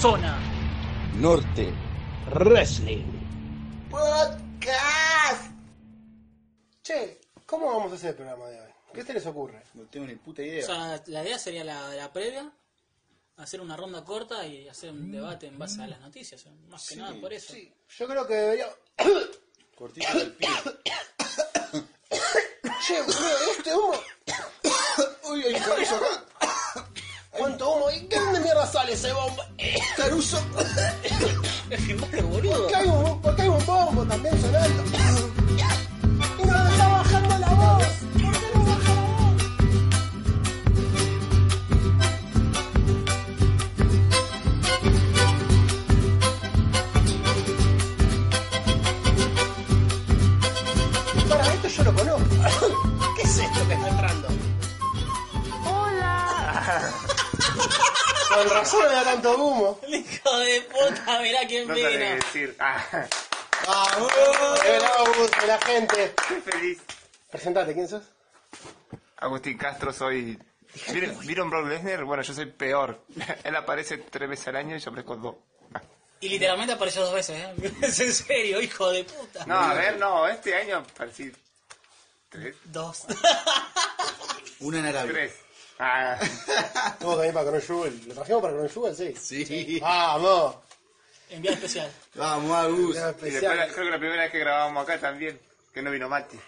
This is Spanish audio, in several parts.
Zona Norte Wrestling. ¡Podcast! Che, ¿cómo vamos a hacer el programa de hoy? ¿Qué se les ocurre? No tengo ni puta O idea. sea, la idea sería la de la previa, hacer una ronda corta y hacer un debate en base a las noticias. ¿eh? Más que Sí, nada por eso. Sí, yo creo que debería... Cortito del pie. Che, boludo, este humo... Uy, hay un caruso acá. ¿Cuánto humo? ¿Y qué dónde mierda sale ese bombo? Caruso. Es Schumacher, boludo. ¿Por qué hay un, por qué hay un bombo también sonando? ¡Y nos está bajando la voz! ¿Por qué no baja la voz? Para, esto yo lo conozco. ¿Qué es esto que está entrando? ¡Hola! Con razón era tanto humo. Hijo de puta, mirá quién No sabía qué vino. decir. Ah, El augusto, la gente. qué feliz. Presentate, ¿quién sos? Agustín Castro, soy. ¿Vieron, ¿vieron Brock Lesnar? Bueno, yo soy peor. Él aparece tres veces al año y yo aparezco dos. Ah. Y literalmente apareció dos veces, ¿eh? Es en serio, hijo de puta. No, a ver, no, este año aparecí tres. Dos. Una en Arabia. Tres. Ah, Tuvo que venir para Coron Jubel. ¿Lo trajimos para Coron Jubel? Sí. Sí. Vamos. Enviado especial. Vamos, Agus. Era y después, la- especial. creo que la primera vez que grabábamos acá también, que no vino Mati.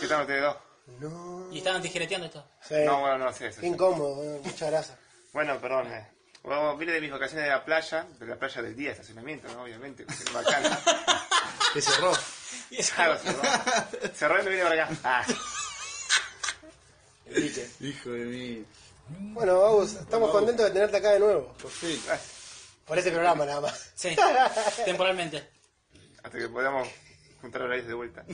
¿Qué tal ustedes dos? No. Y estaban tijereteando esto. Sí. No, bueno, no sé eso. Qué incómodo, eh, mucha grasa. Bueno, perdón. eh. Bueno, vine de mis vacaciones de la playa, de la playa del día, estacionamiento, ¿no? obviamente, porque es bacana. Que cerró. Y eso- Claro, cerró. Cerró y me vine para acá. Ah. Hijo de mí. Bueno, Agus, estamos contentos de tenerte acá de nuevo. Por fin. Por este programa nada más. Sí, temporalmente. Hasta que podamos juntar horarios de vuelta.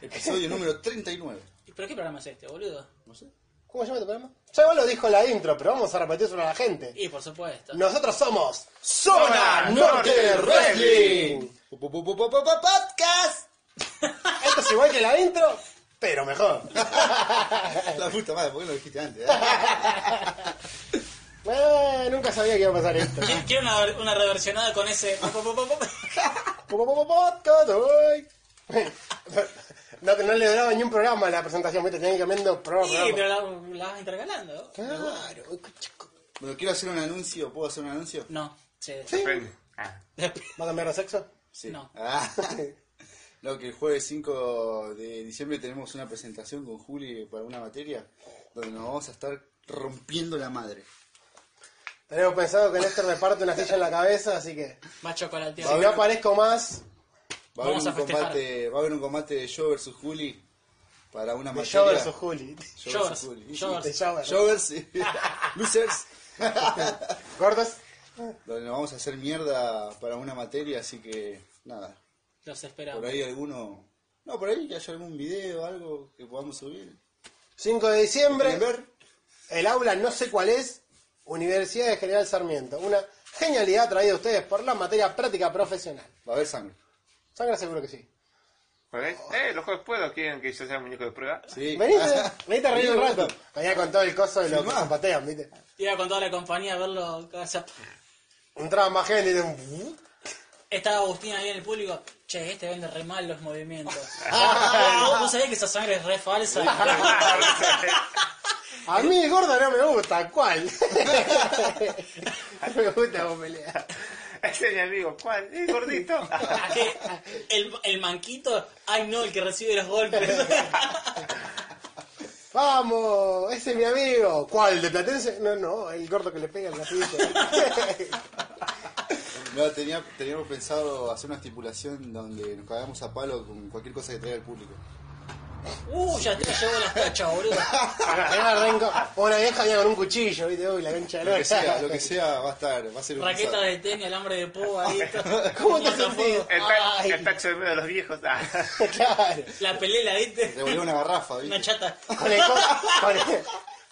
Episodio número 39. ¿Pero qué programa es este, boludo? No sé. ¿Cómo se llama tu programa? Ya igual lo dijo en la intro, pero vamos a repetirlo a la gente. Y por supuesto. Nosotros somos Zona Zona Norte Norte Wrestling. Po, po, po, po, po, po, Podcast. Esto es igual que la intro, pero mejor. La puta madre, ¿por qué no lo dijiste antes? eh? Eh, nunca sabía que iba a pasar esto. Quiero- Quiero una, una reversionada con ese. Po- po- po- podcast, uy. No, que no le duraba ni un programa a la presentación, viste, tenían que cambiando programa. Sí, a pero programa. la, la vas intercalando. Claro, uy, qué chico. Bueno, quiero hacer un anuncio. ¿Puedo hacer un anuncio? No, se Depende. Ah. ¿Va a cambiar de sexo? Sí. No. Ah. No, que el jueves 5 de diciembre tenemos una presentación con Juli para una materia donde nos vamos a estar rompiendo la madre. Tenemos pensado que Néstor me parte una silla en la cabeza, así que va si chocolateando. no aparezco más, Va a haber Vamos un a festejar. combate, va a haber un combate de yo versus Juli para una de materia. yo versus Juli. Yo Jovers, versus Juli. Jovers. De yo versus- Yo versus losers. ¿Gordos? donde nos vamos a hacer mierda para una materia, así que nada. Los Por esperamos. ahí alguno, no, por ahí que haya algún video, algo que podamos subir. 5 de ¿Quieren diciembre, ver? el aula no sé cuál es, Universidad de General Sarmiento. Una genialidad traída a ustedes por la materia práctica profesional. Va a haber sangre. Sangre seguro que sí. ¿Ves? Eh, los jueves puedo, quieren que yo sea muñeco de prueba. Sí. Venite, venite a reír un Vení, rato. Allá con todo el coso de los que Filmá. zapatean, viste. Iba con toda la compañía a verlo. cada zap- Entraba más gente y un... Estaba Agustín ahí en el público. Che, este vende re mal los movimientos. Ah, ¿Vos, vos sabías que esa sangre es re falsa? A mí el gordo no me gusta, ¿cuál? No me gusta como pelea. Ese es mi amigo, ¿cuál? ¿Es gordito? Que el, el manquito, ay no, el que recibe los golpes. Vamos, ese es mi amigo. ¿Cuál? ¿De Platense? No, no, el gordo que le pega al gatito. No, tenía- teníamos pensado hacer una estipulación donde nos cagamos a palo con cualquier cosa que traiga el público. Uh, ya te llevo las tachas, boludo. Era renco. Una vieja venía con un cuchillo, viste, uy, la cancha de Lo que sea, lo lona. que sea va a estar, va a ser un Raquetas asado. de tenis, alambre de púa, ahí. todo. ¿Cómo te Otro sentís? fuego. El, ta- Ay. el tacho de medio de los viejos. Ah. Claro. La pelela, ¿viste? Revolver una garrafa, Una ¿viste? chata. Con el, co- con el,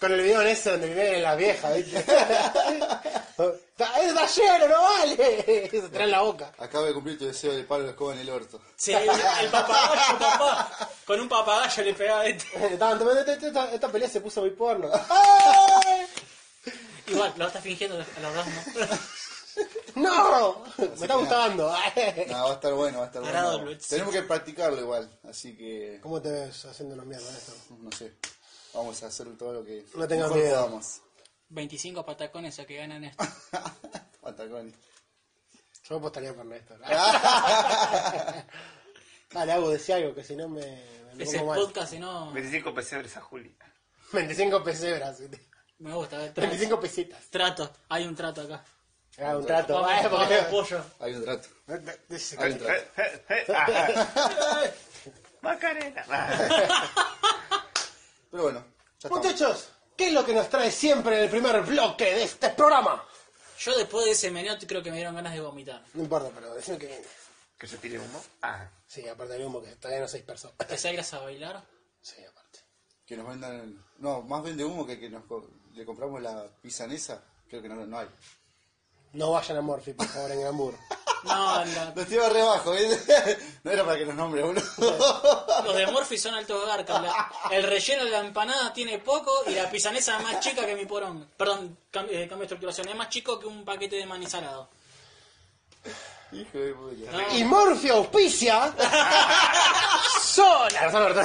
con el bidón ese donde vienen las viejas, viste. Está- ¡Es tallero, no vale! Se trae en la boca. Acaba de cumplir tu deseo de palo de escoba en el orto. Sí, el, el papagayo, papá. Con un papagayo le pegaba a este. Estaban tomando- esta- esta- esta pelea se ¡Ah! puso muy porno. Igual, lo estás fingiendo a los dos, ¿no? ¡No! Me está gustando. No, va a estar bueno, va a estar Tarado bueno. Luis. Tenemos que practicarlo igual, así que ¿Cómo te ves haciendo los mierda esto? no sé. Vamos a hacer todo lo que No tengas mejor miedo. podamos. 25 patacones a que ganan esto. Patagones. Yo apostaría por Néstor. Dale, hago, decía algo, que si no me, me Es el pongo mal. podcast, si no. 25 pesebres a Juli. 25 pesebras. Me gusta. eh, trato. 25 pesetas. Trato. Hay un trato acá. Haga un trato. Vamos, Ay, vamos, porque- pollo. Hay un trato. Dice- Hay un trato. Eh, eh, eh, ah. Macarena. Ah. Pero bueno, ya estamos. Muchachos, ¿qué es lo que nos trae siempre en el primer bloque de este programa? Yo después de ese menú creo que me dieron ganas de vomitar. No importa, pero decime que viene. Que se tire humo. Ah. Sí, aparte del humo, que todavía no seis personas. Que salgas a bailar. Sí, aparte. que nos vendan. No, más vende humo que que nos co- le compramos la pisanesa. Creo que no, no hay. No vayan a Morphy, por favor, en Gambur. No, la- Nos lleva re bajo, ¿eh? No era para que nos nombre, boludo. los de Morphy son altos garcas. La- el relleno de la empanada tiene poco y la pisanesa es más chica que mi porón. Perdón, cam- eh, cambio de estructuración. Es más chico que un paquete de maní salado. Hijo de puta. No, Y Morphy auspicia. sola, no, no, no,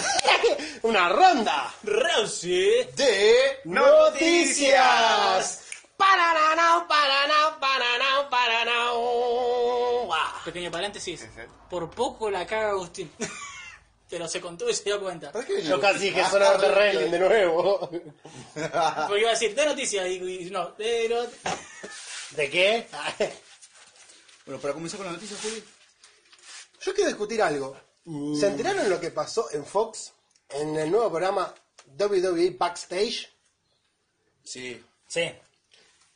una ronda. Rousey. De. Noticias. Paranao, paranao, paranao, paranao. Guau. Pequeño paréntesis. Por poco la caga Agustín. Pero se contó y se dio cuenta. ¿Para qué Ah, venía Yo casi que sonaba de de nuevo. Ah. Porque iba a decir, de noticias. Y, y no, de not- ¿De qué? Bueno, para comenzar con la noticia, Juli. Yo quiero discutir algo. ¿Se enteraron lo que pasó en Fox en el nuevo programa WWE Backstage? Sí. Sí,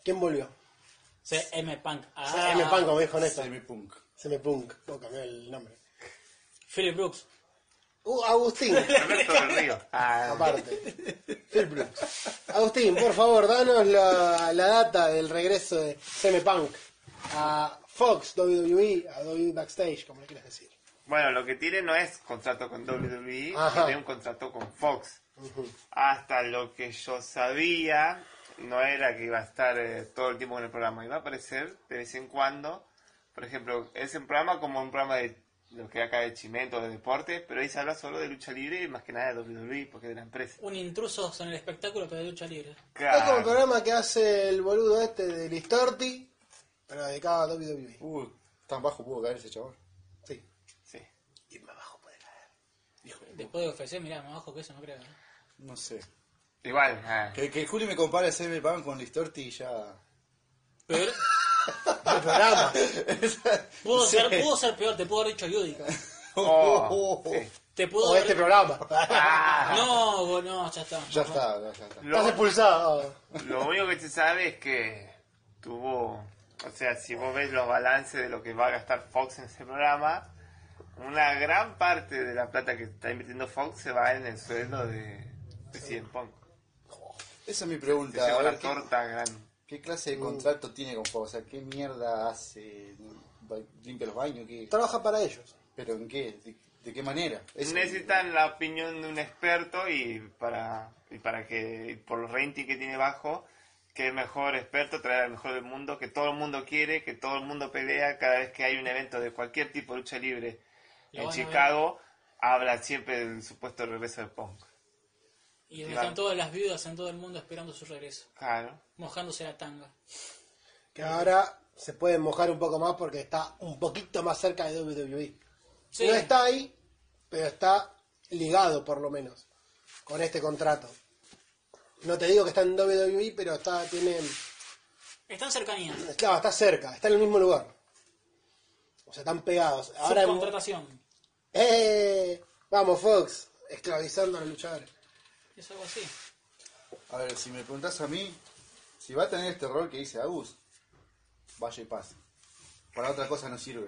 ¿Quién volvió? sí, M-Punk. Ah, Se me punk, como dijo Néstor. Semi-punk. Se me punk. No, cambió el nombre. Philip Brooks. Uh, Agustín, Roberto del Río. Ah. aparte. Phil Brooks. Agustín, por favor, danos la, la data del regreso de CM Punk a Fox, WWE, a WWE Backstage, como le quieras decir. Bueno, lo que tiene no es contrato con WWE, Ajá. tiene un contrato con Fox. Hasta lo que yo sabía, no era que iba a estar eh, todo el tiempo en el programa, iba a aparecer de vez en cuando. Por ejemplo, es un programa como un programa de lo que acá de chimento, de deporte, pero ahí se habla solo de lucha libre y más que nada de WWE porque es de la empresa. Un intruso en el espectáculo, pero de lucha libre. Claro. Es como el programa que hace el boludo este de Listorti, pero dedicado a WWE. Uh, tan bajo pudo caer ese chabón. Sí. pues. Sí. Y más bajo puede caer. Después de ofrecer, mirá, más bajo que eso, no creo. ¿eh? No sé. Igual, ah, Que, que Juli me compare a Semi Punk con Listorti y ya. Pero El programa. pudo, ser, pudo ser peor, te pudo haber dicho Yudica. Oh, sí. Te pudo o haber... este programa. No, vos, no, ya está. Ya está, ya está. Estás Lo, expulsado. lo único que se sabe es que tuvo, o sea, si vos ves los balances de lo que va a gastar Fox en ese programa, una gran parte de la plata que está invirtiendo Fox se va en el sueldo de, de CM Punk. Esa es mi Se pregunta. lleva A la ver, ¿qué, torta Uh. grande. qué clase de contrato tiene con Fox? O sea, ¿qué mierda hace? ¿Va- ¿Limpia los baños? ¿Qué? Trabaja para ellos. ¿Pero en qué? ¿De, de qué manera? Es- Necesitan la opinión de un experto y para, y para que, y por los rating que tiene bajo, que el mejor experto traer al mejor del mundo, que todo el mundo quiere, que todo el mundo pelea cada vez que hay un evento de cualquier tipo de lucha libre Lo en van a ver. Chicago, habla siempre del supuesto regreso de Punk. Y donde están todas las viudas en todo el mundo esperando su regreso. Claro. Mojándose la tanga. Que ahora se pueden mojar un poco más porque está un poquito más cerca de WWE. Sí. No está ahí, pero está ligado por lo menos con este contrato. No te digo que está en WWE, pero está, tiene, Están cercanías. claro, está cerca, está en el mismo lugar. O sea, están pegados. Ahora en- Subcontratación. ¡Eh! Vamos, Fox, esclavizando a los luchadores. Es algo así. A ver, si me preguntás a mí, si va a tener este rol que dice Agus, vaya y pase. Para otra cosa no sirve.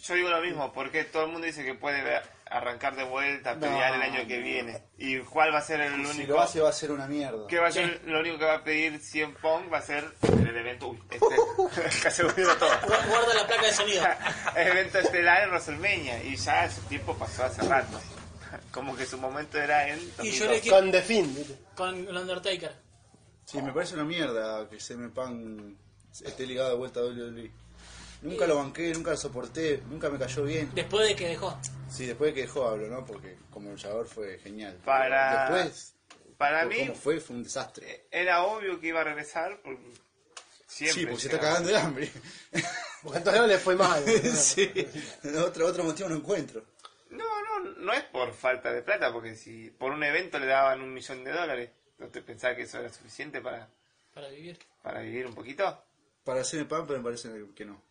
Yo digo lo mismo, porque todo el mundo dice que puede ver- arrancar de vuelta, pelear el año que viene. ¿Y cuál va a ser el único? Si lo hace va a ser una mierda. que va a ser lo único que va a pedir 100 Pong va a ser el evento uy, este, casi lo digo todo. Gu- Guarda la placa de sonido. el evento estelar en WrestleMania y ya su tiempo pasó hace rato como que su momento era en Y yo le 2002. ¿Qué? Con The Finn, ¿viste? Con el Undertaker. Sí, me parece una mierda que se me pan esté ligado de vuelta a WWE. Nunca lo banqué, nunca lo soporté, nunca me cayó bien. Después de que dejó. Sí, después de que dejó hablo, ¿no? Porque como luchador fue genial. Pero Para- Después, Para por mí cómo fue, fue un desastre. era obvio que iba a regresar porque siempre. sí, porque se está será. cagando de hambre. Porque entonces no le fue mal. ¿no? sí, otro, otro motivo no encuentro. No, no, no es por falta de plata, porque si por un evento le daban un millón de dólares, ¿no te pensás que eso era suficiente para, Para vivir. para vivir un poquito? Para hacerme pan, pero me parece que no.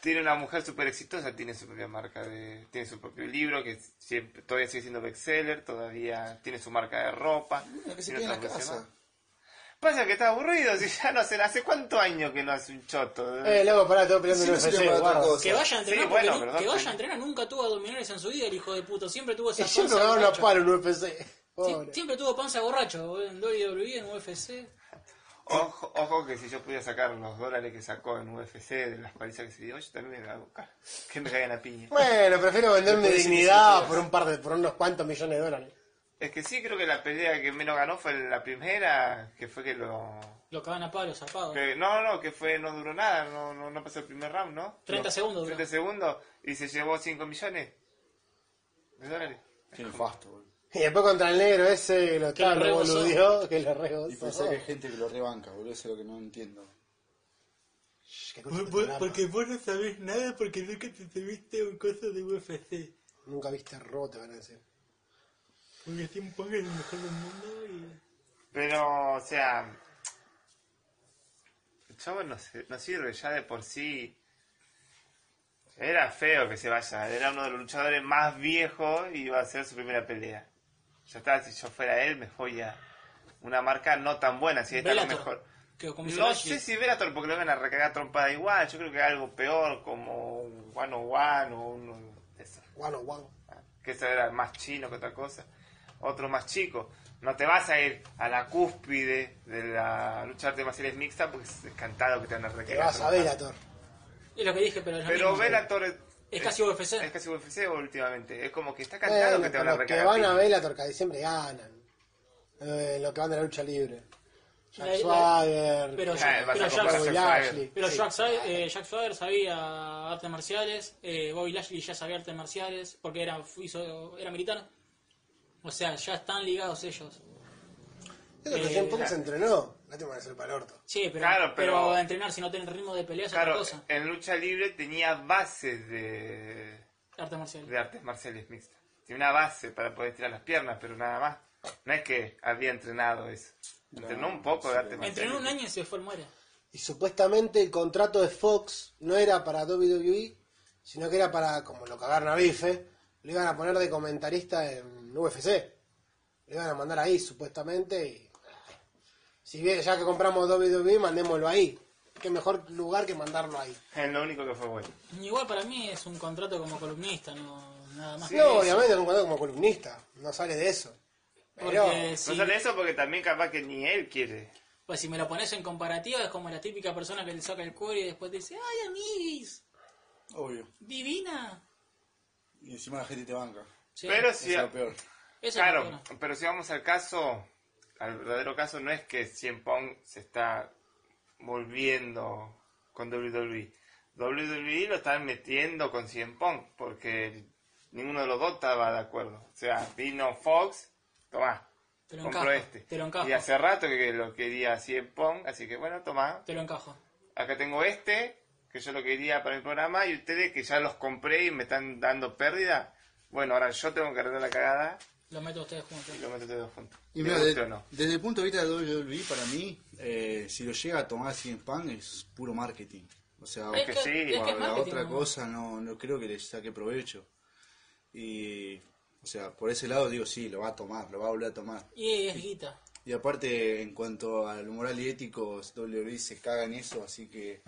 Tiene una mujer súper exitosa, tiene su propia marca, de, tiene su propio libro, que siempre, todavía sigue siendo bestseller, todavía tiene su marca de ropa. Mira, que se quede tiene en la otra cosa casa. más. Pasa que está aburrido, si ya no se la hace cuánto años que no hace un choto. Eh, loco, pará, tengo peleando Sí, en no sirve UFC, para otra guarda. cosa. Que vaya a entrenar, Sí, porque bueno, nu- pero no- que vaya a entrenar, nunca tuvo abdominales en su vida el hijo de puto, siempre tuvo esa Y Siempre panza ganaron a borracha. palo en UFC. Sie- Pobre. Siempre tuvo panza de borracho, boludo, en WWE, en UFC. Ojo, ojo que si yo pudiera sacar los dólares que sacó en UFC de las palizas que se dio, yo también me voy a buscar. Que me caigan a piña. Bueno, prefiero vender mi Después de dignidad decir por un par de, por unos cuantos millones de dólares. Es que sí, creo que la pelea que menos ganó fue la primera, que fue que lo... Lo cagan a palos, a pagos. que- no, no, que fue no duró nada, no, no, no pasó el primer round, ¿no? 30 No, segundos duró. 30 segundos y se llevó 5 millones de dólares. Qué nefasto, boludo. Y después contra el negro ese, lo Que lo estaba, lo rebozó. boludeó, que lo Y pensé rebozó. que hay gente que lo rebanca, boludo. Eso es lo que no entiendo. Shh, qué cosa tan rara. vos no sabés nada porque nunca te viste un coso de UFC. Nunca viste robo, te van a decir. Porque Steam Punk es el mejor del mundo y... Pero, o sea... El chavo no, se- no sirve ya de por sí. Era feo que se vaya. Era uno de los luchadores más viejos y iba a ser su primera pelea. Ya está, si yo fuera él, me voy a una marca no tan buena. Si esta es la Bellator, mejor. Que como No sé si Velator porque lo van a recagar trompada igual. Yo creo que algo peor, como un One on One o uno de esos. One on one. Que ese era más chino que otra cosa. Otro más chico. No te vas a ir a la cúspide de la lucha de artes marciales mixta porque es cantado que te van a Te recagar. vas a trompada. ver, Ator. Es lo que dije, pero es lo Pero mismo. Velator es, eh, Es casi UFC. eh, es casi UFC últimamente. Es como que está cantado que te van a los que recagar. van a piña. Bellator casi siempre ganan. Eh, los que van de la lucha libre. Jack La- la- Swagger. pero eh, Ah, vas pero a Jack- comparar a Bobby Jack Swagger. Lashley. Pero Sí. Jack, Sa- eh, Jack Swagger sabía artes marciales, eh, Bobby Lashley ya sabía artes marciales porque era, hizo- era militar. O sea, ya están ligados ellos. Eso que eh, Jim Punk se entrenó. No te van a hacer para el orto. Sí, pero, Claro, pero- pero entrenar si no tienen ritmo de pelea es otra Claro, cosa. en lucha libre tenía bases de, Artes marciales. eh, de artes marciales mixtas. Tiene una base para poder tirar las piernas, pero nada más. No es que había entrenado eso. Entrenó un poco de artes marciales. Entrenó un año y se fue al muere. Y supuestamente el contrato de Fox no era para WWE, sino que era para, como lo cagaron a Bife, lo iban a poner de comentarista en UFC. Lo iban a mandar ahí, supuestamente. Y... Si bien, ya que compramos WWE, mandémoslo ahí. Qué mejor lugar que mandarlo ahí. Es lo único que fue bueno. Igual para mí es un contrato como columnista, no nada más. no, obviamente, como, como columnista, no sale de eso. Pero, Porque No si, solo eso, porque también capaz que ni él quiere. pues si me lo pones en comparativa es como la típica persona que le saca el cuero y después te dice, ¡ay, amiguis! Obvio. ¡Divina! Y encima la gente te banca. Sí, Pero Eso si... es lo peor. eso es lo Claro, bueno. pero si vamos al caso, al verdadero caso, no es que Cien Pong se está volviendo con E. WWE. WWE E lo están metiendo con Cien Pong porque ninguno de los dos estaba de acuerdo. O sea, vino Fox, tomá, Te lo compro encajo, este. te lo encajo. Y hace rato que lo quería Cien Pong, así que bueno, tomá, Te lo encajo. acá tengo este, que yo lo quería para mi programa, y ustedes que ya los compré y me están dando pérdida. Bueno, ahora yo tengo que arreglar la cagada Lo meto a ustedes juntos. y lo meto todos juntos. Y ¿Te mira, guste de- o no? desde el punto de vista de WWE, para mí, eh, si lo llega a tomar CM Punk es puro marketing. O sea, Es que que, sí, es que es bueno, la marketing, otra ¿no? cosa no, no creo que le saque provecho. Y, o sea, por ese lado digo, sí, lo va a tomar, lo va a volver a tomar. Y es guita. Y aparte, en cuanto al moral y ético, WWE se caga en eso, así que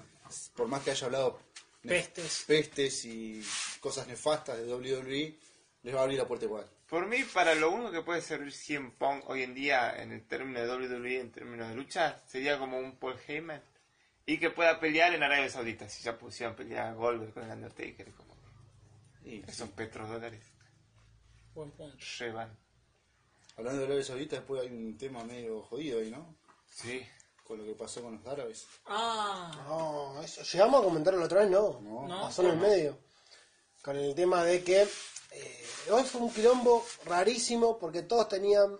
por más que haya hablado nef- Pestes. pestes y cosas nefastas de WWE, les va a abrir la puerta igual. Por mí, para lo único que puede servir 100 Pong hoy en día en el término de WWE, en términos de lucha, sería como un Paul Heyman. Y que pueda pelear en Arabia Saudita, si ya pusieron pelear a Goldberg con el Undertaker. Como Y, que esos petrodólares Buen punto. llevan. hablando de Arabia Saudita, después hay un tema medio jodido ahí, ¿no? Sí. con lo que pasó con los árabes. Ah, No, eso- llegamos a comentarlo la otra vez, no. No. No. Pasó en el medio. Con el tema de que eh, hoy fue un quilombo rarísimo porque todos tenían.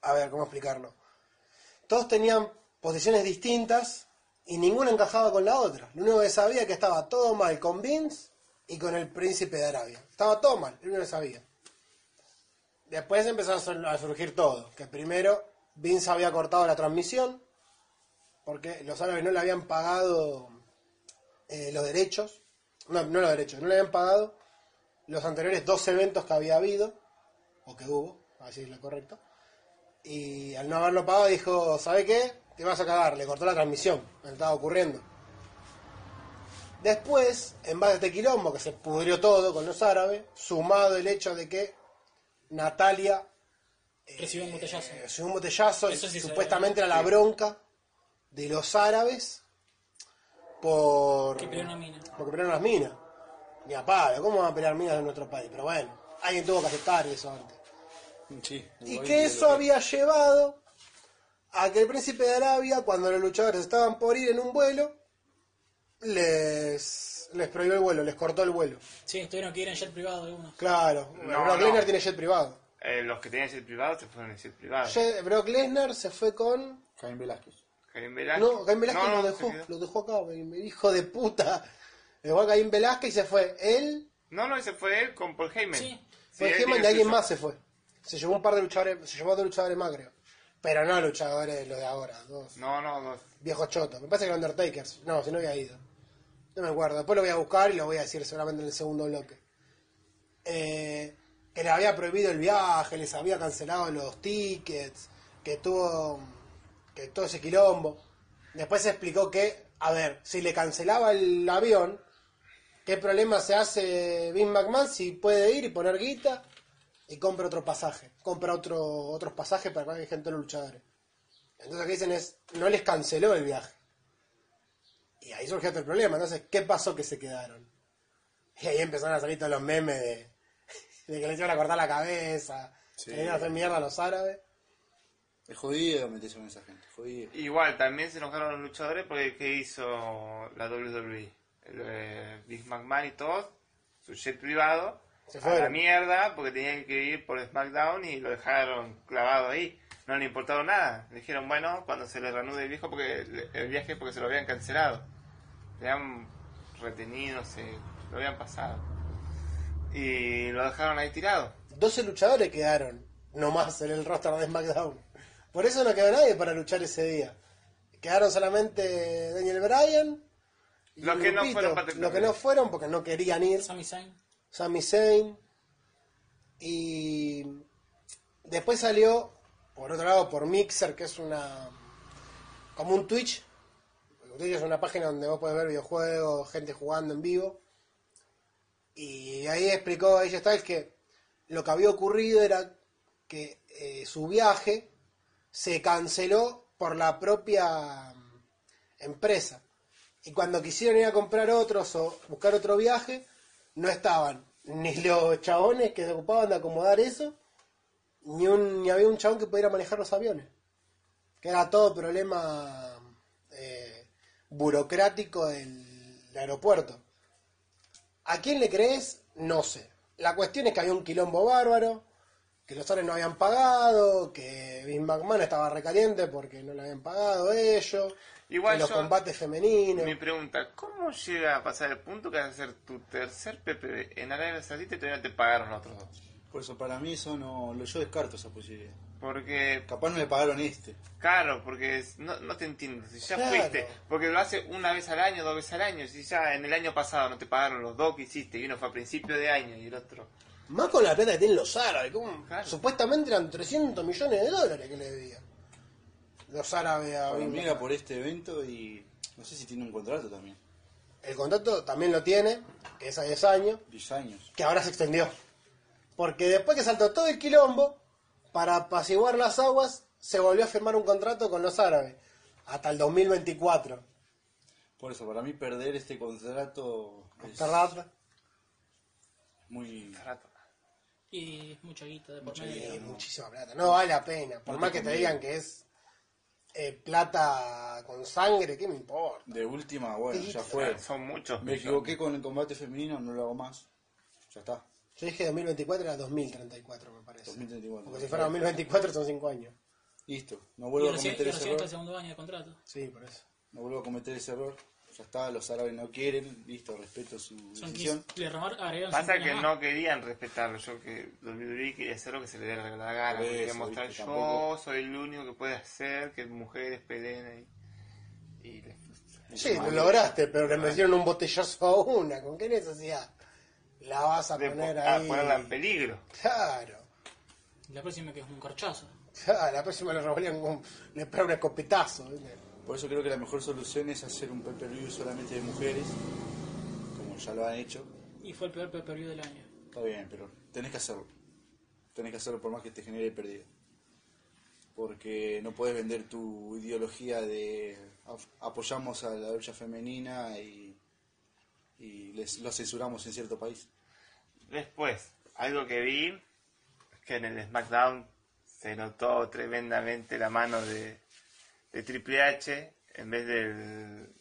A ver, ¿cómo explicarlo? Todos tenían posiciones distintas y ninguna encajaba con la otra. Lo único que sabía que estaba todo mal con Vince y con el príncipe de Arabia. Estaba todo mal, lo único que sabía. Después empezó a sur- a surgir todo. Que primero Vince había cortado la transmisión porque los árabes no le habían pagado eh, los derechos, no, no los derechos, no le habían pagado los anteriores dos eventos que había habido, o que hubo, así es lo correcto, y al no haberlo pagado dijo, ¿sabe qué? Te vas a cagar, le cortó la transmisión, lo que estaba ocurriendo. Después, en base a este quilombo que se pudrió todo con los árabes, sumado el hecho de que Natalia recibió un botellazo. eh, recibió un botellazo, Eso sí se- supuestamente era la bronca de los árabes por Que peleó una mina. porque pelearon las minas. Ni a palo, ¿cómo van a pelear minas en nuestro país? Pero bueno, alguien tuvo que aceptar eso antes. Sí, Y igual que eso lo había llevado a que el príncipe de Arabia, cuando los luchadores estaban por ir en un vuelo, les, les prohibió el vuelo, les cortó el vuelo. Sí, tuvieron que ir en jet privado de uno. Claro, No, Brock no. Lesnar tiene jet privado. Eh, los que tenían jet privado se fueron en jet privado. Jet- Brock Lesnar se fue con... Caín Velázquez. Caín Velázquez. No, Caín Velázquez No, lo no, dejó, se quedó. lo dejó acá, me- me- hijo de puta. Dejó a Caín Velázquez y se fue él, No, no, ese fue él con Paul Heyman. Sí. Por él ejemplo, tiene de alguien su- más se fue. Se llevó un par de luchadores, se llevó a dos luchadores más, creo. Pero no luchadores de los de ahora, dos No, no, no. viejos chotos. Me parece que eran Undertakers. No, si no había ido. No me acuerdo. Después lo voy a buscar y lo voy a decir seguramente en el segundo bloque. Eh, que les había prohibido el viaje, les había cancelado los tickets, que tuvo que todo ese quilombo. Después se explicó que, a ver, si le cancelaba el avión, ¿qué problema se hace Vince McMahon si puede ir y poner guita y compra otro pasaje? Compra otro, otros pasajes para que haya gente los luchadores. Entonces lo que dicen es, no les canceló el viaje. Y ahí surgió otro problema. Entonces, ¿qué pasó que se quedaron? Y ahí empezaron a salir todos los memes de, de que les iban a cortar la cabeza, Sí. que le iban a hacer mierda a los árabes. Es jodido meterse con esa gente, jodido. Igual, también se enojaron los luchadores porque ¿qué hizo la WWE? El, eh, Vince McMahon y todos, su jet privado, Se a la fueron. mierda porque tenían que ir por SmackDown y lo dejaron clavado ahí. No le importaron nada. Le dijeron, bueno, cuando se le reanude el viejo porque le- el viaje porque se lo habían cancelado. Le habían retenido, no sé, lo habían pasado. Y lo dejaron ahí tirado. 12 luchadores quedaron nomás en el roster de SmackDown. Por eso no quedó nadie para luchar ese día. Quedaron solamente Daniel Bryan. y Los un que no grupito. fueron para Los que no fueron porque no querían ir. Sami Zayn. Sami Zayn. Y después salió, por otro lado, por Mixer, que es una. como un Twitch. Twitch es una página donde vos podés ver videojuegos, gente jugando en vivo. Y ahí explicó ella Styles que lo que había ocurrido era que eh, su viaje se canceló por la propia mm, empresa. Y cuando quisieron ir a comprar otros o buscar otro viaje, no estaban ni los chabones que se ocupaban de acomodar eso, ni, un, ni había un chabón que pudiera manejar los aviones. Que era todo problema eh, burocrático del aeropuerto. ¿A quién le crees? No sé. La cuestión es que había un quilombo bárbaro, que los árabes no habían pagado, que Vince McMahon estaba recaliente porque no le habían pagado ellos, Igual que los yo- combates femeninos. Mi pregunta, ¿cómo llega a pasar el punto que vas a hacer tu tercer PPB en Arabia Saudita y todavía te pagaron los otros dos? Por eso para mí eso no, lo- yo descarto esa posibilidad. Porque, Capaz no le pagaron este. claro, porque es- no, no te entiendo, si ya Claro. fuiste, porque lo hace una vez al año, dos veces al año, si ya en el año pasado no te pagaron los dos que hiciste y uno fue a principio de año y el otro... Más con la plata que tienen los árabes. como- Claro. Supuestamente eran 300 millones de dólares que le debían. Los árabes a Para Bin mí era Laden. por este evento y no sé si tiene un contrato también. El contrato también lo tiene, que es a 10 años, 10 años. que ahora se extendió. Porque después que saltó todo el quilombo, para apaciguar las aguas, se volvió a firmar un contrato con los árabes. Hasta el 2024. Por eso para mí perder este contrato es Cerrar. muy... Rato. Y mucha guita de por Mucha medio. guita. muchísima Eh, plata. No vale la pena. Por No más te que te conviene. digan que es eh, plata con sangre, ¿qué me importa? De última, bueno, Sí, ya fue. Son muchos. Me equivoqué con el combate femenino, no lo hago más. Ya está. Yo dije 2024 era 2034, me parece. 2034. Porque si fuera 2024 son 5 años. Listo. No Y vuelvo a recién, cometer y ese recién está el error. segundo año de contrato. Sí, por eso. No vuelvo a cometer ese error. Ya está, los árabes no quieren. Listo, respeto su Son decisión. 15 le remar- agregaron Pasa 100 que más. no querían respetarlo, yo que WWE quería hacer lo que se le diera la gana, Por quería eso, mostrar viste, yo tampoco- soy el único que puede hacer que mujeres peleen y, y les- Sí, lo lograste, pero le metieron un botellazo a una. ¿Con qué necesidad? La vas a de- ah, poner a ahí. ponerla en peligro. Claro. La próxima que es un corchazo. Claro, la próxima le revolían con. Le pegaron un escopetazo. ¿viste? Por eso creo que la mejor solución es hacer un pay-per-view solamente de mujeres. Como ya lo han hecho. Y fue el peor pay del año. Está bien, pero tenés que hacerlo. Tenés que hacerlo por más que te genere pérdida. Porque no puedes vender tu ideología de af- apoyamos a la lucha femenina y, y les, lo censuramos en cierto país. Después, algo que vi, que en el SmackDown se notó tremendamente la mano de, de Triple H en vez del,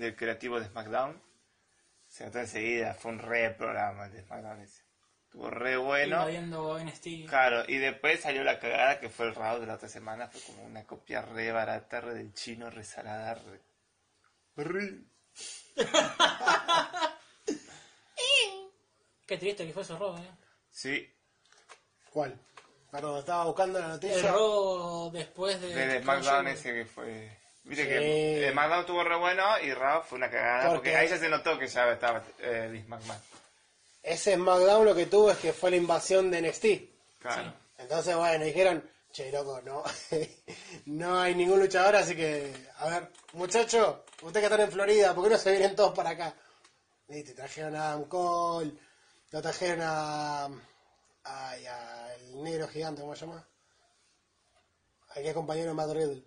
del creativo de SmackDown. Se notó enseguida, fue un re programa el de SmackDown ese. Estuvo re bueno. Invadiendo NXT. Claro, y después salió la cagada que fue el Raw de la otra semana, fue como una copia re barata, re del chino, re salada, re... re- Qué triste que fue ese robo, eh. Sí, ¿Cuál? Perdón, estaba buscando la El noticia. robo después de. de SmackDown ese que fue... Viste Sí. que el SmackDown estuvo re bueno y Raw fue una cagada, Porque- porque ahí ya se notó que ya estaba eh, Vince McMahon. Ese SmackDown lo que tuvo es que fue la invasión de NXT. Claro. Entonces, bueno, dijeron, che, loco, no, no hay ningún luchador, así que, a ver, muchachos, ustedes que están en Florida, ¿por qué no se vienen todos para acá? Y te trajeron a Adam Cole, lo trajeron a... Ay, al negro gigante, ¿cómo se llama? Al que es compañero de Matt Riddle.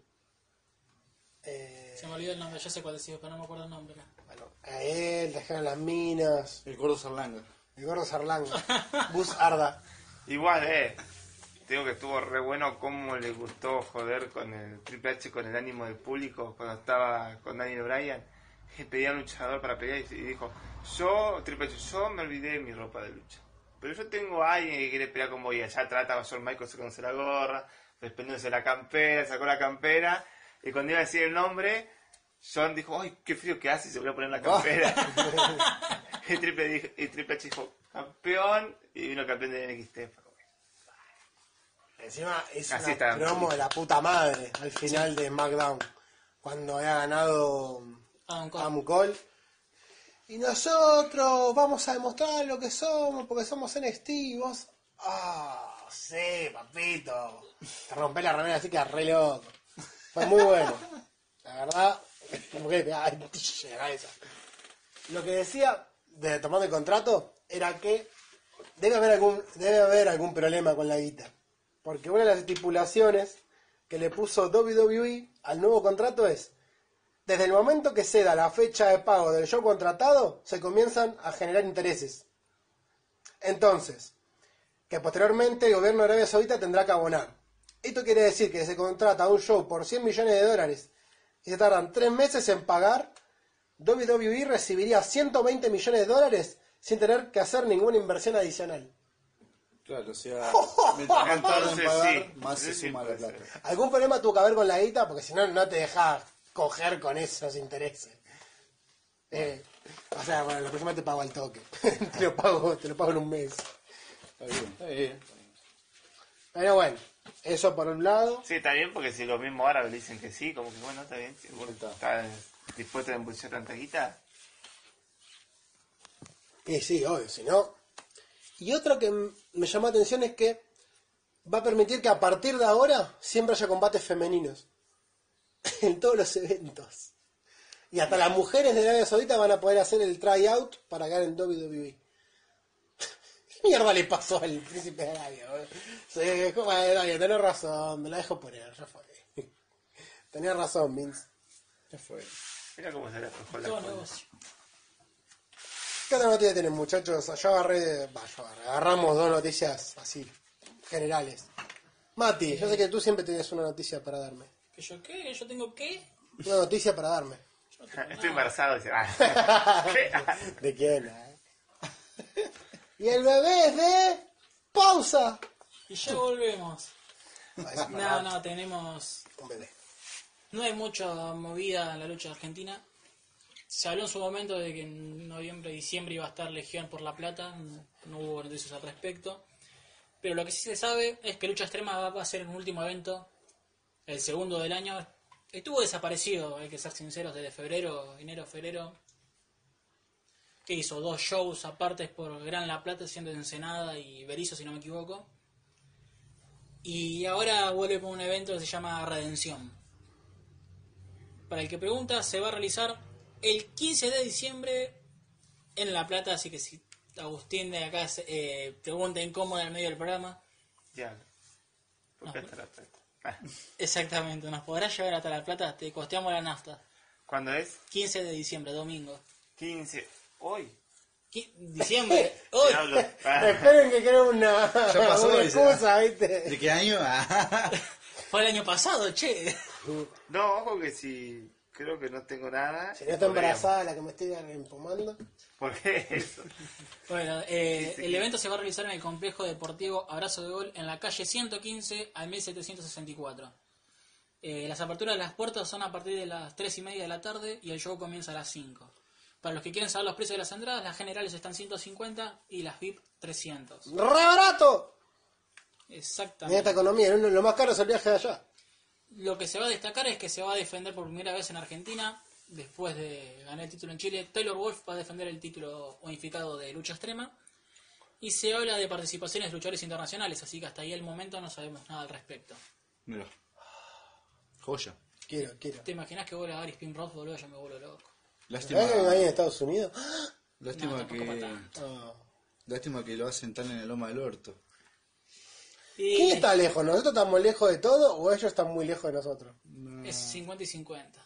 Eh, Se me olvidó el nombre, yo sé cuál decís, pero no me acuerdo el nombre. bueno, a él, trajeron a las minas, El gordo Sarlanga. el gordo Sarlanga, Bus Arda. Igual, eh. Te Digo que estuvo re bueno cómo le gustó joder con el Triple H, con el ánimo del público, cuando estaba con Daniel Bryan. Que pedía un luchador para pelear y y dijo: Yo, Triple H, yo me olvidé de mi ropa de lucha. Pero yo tengo a alguien que quiere pelear con vos y allá trata a Shawn Michaels sacándose la gorra, desprendiéndose la campera, sacó la campera. Y cuando iba a decir el nombre, John dijo: ¡Ay, qué frío que hace! Y se volvió a poner la campera. Y Triple, dijo- y Triple H dijo, campeón, y vino el campeón de NXT. Encima es Así una está. promo de la puta madre al final de SmackDown. Cuando había ganado Adam Cole. Adam Cole. Y nosotros vamos a demostrar lo que somos, porque somos NXT y vos. Ah, sí, papito. Te rompé la remera así que re loco. Fue muy bueno. La verdad, como que le pegaba el pillo en la cabeza. Lo que decía de tomar el contrato era que debe haber algún, debe haber algún problema con la guita. Porque una de las estipulaciones que le puso WWE al nuevo contrato es, desde el momento que ceda la fecha de pago del show contratado, se comienzan a generar intereses. Entonces, que posteriormente el gobierno de Arabia Saudita tendrá que abonar. Esto quiere decir que se contrata un show por 100 millones de dólares y se tardan 3 meses en pagar, WWE recibiría 120 millones de dólares sin tener que hacer ninguna inversión adicional. Claro, o sea, mientras más tardan en Entonces, pagar, sí. más se Sí, suma la puede ser. plata. Algún problema tuvo que haber con la guita, porque si no, no te dejas coger con esos intereses. Eh, o sea, bueno, la próxima te pago al toque. te, lo pago, te lo pago en un mes. Está bien, está bien. Pero bueno, eso por un lado. Sí, está bien, porque si los mismos árabes dicen que sí, como que bueno, está bien. Si vos Está. estás dispuesto a embolsar tanta guita, Y sí, obvio, si no. Y otro que m- me llamó la atención es que va a permitir que a partir de ahora siempre haya combates femeninos. en todos los eventos. Y hasta las mujeres de Arabia Saudita van a poder hacer el tryout para ganar en WWE. E. ¿Qué mierda le pasó al príncipe de Arabia? boludo? Sí, como, bueno, bien, tenés razón, me la dejo poner, ya fue. tenés razón, Vince. Ya fue. mira cómo se le aflojó la Todo cola. negocio. ¿Qué otra noticia tienen, muchachos? Yo agarré. bah, yo agarré, agarramos dos noticias así, generales. Mati, yo sé que tú siempre tienes una noticia para darme. ¿Que yo qué? ¿Yo tengo qué? Una noticia para darme. Yo no tengo Estoy nada. embarazado. dice, ah. ¿Qué? ¿De quién? eh? y el bebé es de. ¡Pausa! Y ya volvemos. Ah, esa es para No, no, tenemos. Un bebé. No hay mucha movida en la lucha argentina. Se habló en su momento de que en noviembre, diciembre iba a estar Legión por La Plata. No, no hubo noticias al respecto. Pero lo que sí se sabe es que Lucha Extrema va- va a ser un último evento, el segundo del año. Estuvo desaparecido, hay que ser sinceros, desde febrero, enero, febrero. Que hizo dos shows aparte por Gran La Plata, siendo Ensenada y Berizo, si no me equivoco. Y ahora vuelve con un evento que se llama Redención. Para el que pregunta, se va a realizar el 15 de diciembre en La Plata, así que si Agustín de acá se- eh, pregunta incómodo en el medio del programa, Ya. ¿Por qué te la aprieto? Ah. exactamente, nos podrás llevar hasta La Plata, te costeamos la nafta. ¿Cuándo es? 15 de diciembre, domingo. 15. Hoy. Qui- Diciembre, hoy. Diablo. Ah. Esperen que creen una, Ya pasó una esa. excusa, ¿viste? ¿De qué año? Ah, Fue el año pasado, che. No, ojo que si creo que no tengo nada. Si no está podríamos. embarazada la que me estoy empomando. ¿Por qué eso? Bueno, eh, Sí, sí. el evento se va a realizar en el complejo deportivo Abrazo de Gol en la calle 115 al 1764. Eh, las aperturas de las puertas son a partir de las 3 y media de la tarde y el show comienza a las 5. Para los que quieren saber los precios de las entradas, las generales están 150 y las VIP 300. ¡Re barato! En esta Exactamente. economía, lo lo más caro es el viaje de allá. Lo que se va a destacar es que se va a defender por primera vez en Argentina, después de ganar el título en Chile. Taylor Wolf va a defender el título unificado de lucha extrema. Y se habla de participaciones de luchadores internacionales, así que hasta ahí el momento no sabemos nada al respecto. mira. Joya. Quiero, quiero. ¿Te imaginas que vuelva Gary Spin Ross, boludo? Yo me vuelvo loco. Lástima, ¿Sabes que me va a ir a Estados Unidos? lástima No, tampoco para que tanto. Ah. lástima que lo hacen tan en el loma del orto. Y ¿Quién está lejos? ¿Nosotros estamos lejos de todo o ellos están muy lejos de nosotros? Es 50 y 50.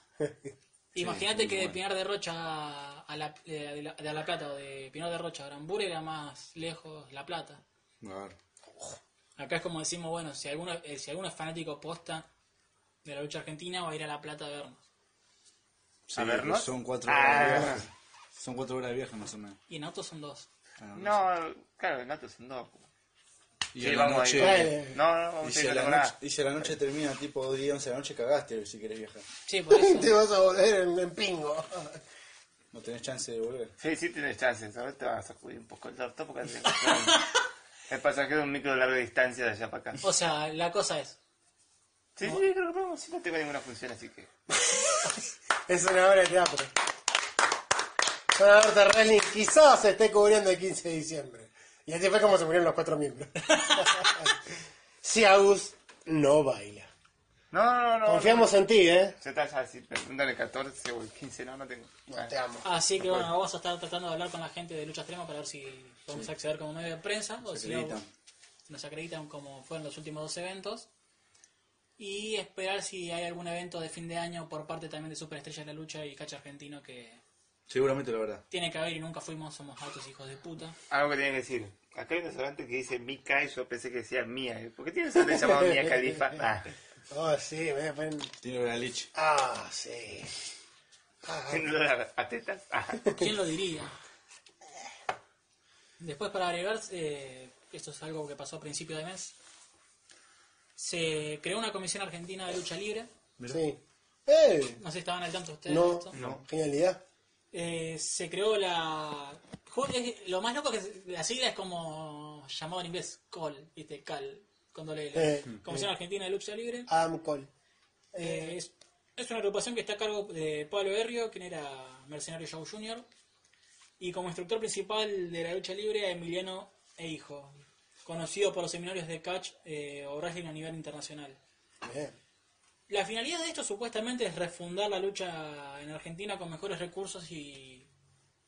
Imagínate Mm. muy que de bueno. Pinar de Rocha a a la, eh, de, la, de La Plata o de Pinar de Rocha a Granbur era más lejos La Plata. A ver. Acá es como decimos, bueno, si alguno, eh, si alguno es fanático posta de la lucha argentina, va a ir a La Plata a vernos. Sí, A vernos. Son cuatro Ah. horas de viaje. Son cuatro horas de viaje más o menos. Y en auto son dos. Ah, No, claro, el nato es un dopo. Y Sí, a la vamos a ir. noche, No, no, vamos y si a ir a a la temporada. noche, y si a la noche termina tipo 10, 11 de la noche, cagaste si querés viajar. Sí, por Te eso. vas a volver en, en pingo. No tenés chance de volver. Sí, sí tienes chances, ¿sabes? Te vas a sacudir un poco el torto porque te el pasaje de un micro de larga distancia de allá para acá. Sí, O sea, la cosa es, sí, creo que vamos, sí, no tengo ninguna función, así que. Es una obra de teatro. Una Berta Wrestling quizás se esté cubriendo el 15 de diciembre. Y así fue como se murieron los cuatro miembros. si Agus no baila. No, no, no. Confiamos en ti, ¿eh? no. Ya está, ya, si preguntan el 14 o el 15, no, no tengo. No, te amo. así que bueno, vamos a estar tratando de hablar con la gente de Lucha Extrema para ver si podemos acceder como medio de prensa o si no, acreditan. nos acreditan como fueron los últimos dos eventos. Y esperar si hay algún evento de fin de año por parte también de Superestrella de la Lucha y Cacha Argentino que Seguramente la verdad. tiene que haber y nunca fuimos, somos altos hijos de puta. Algo que tenía que decir. Acá hay un restaurante que dice Mika y yo pensé que decía Mía. ¿eh? ¿Por qué tiene un restaurante llamado Mía Califa? Ah, Oh, sí, me ponen... Tiene la leche. Ah, sí. Ah, ¿Tiene olor a- a tetas? Ah. ¿Quién lo diría? Después para agregar, eh, esto es algo que pasó a principio de mes, se creó una comisión argentina de lucha libre, Sí. ¡Eh! no sé si estaban al tanto ustedes. de No, esto. No. Genialidad. Eh, se creó la... ju- es- Lo más loco es que la sigla es como llamado en inglés, call, viste, cal, cuando le... Eh, comisión argentina de lucha libre. Adam Cole. Eh, es, es una agrupación que está a cargo de Pablo Berrio, quien era mercenario Joe Jr. Y como instructor principal de la lucha libre, a Emiliano Eijo, conocido por los seminarios de catch eh, o wrestling a nivel internacional. Bien. La finalidad de esto supuestamente es refundar la lucha en Argentina con mejores recursos y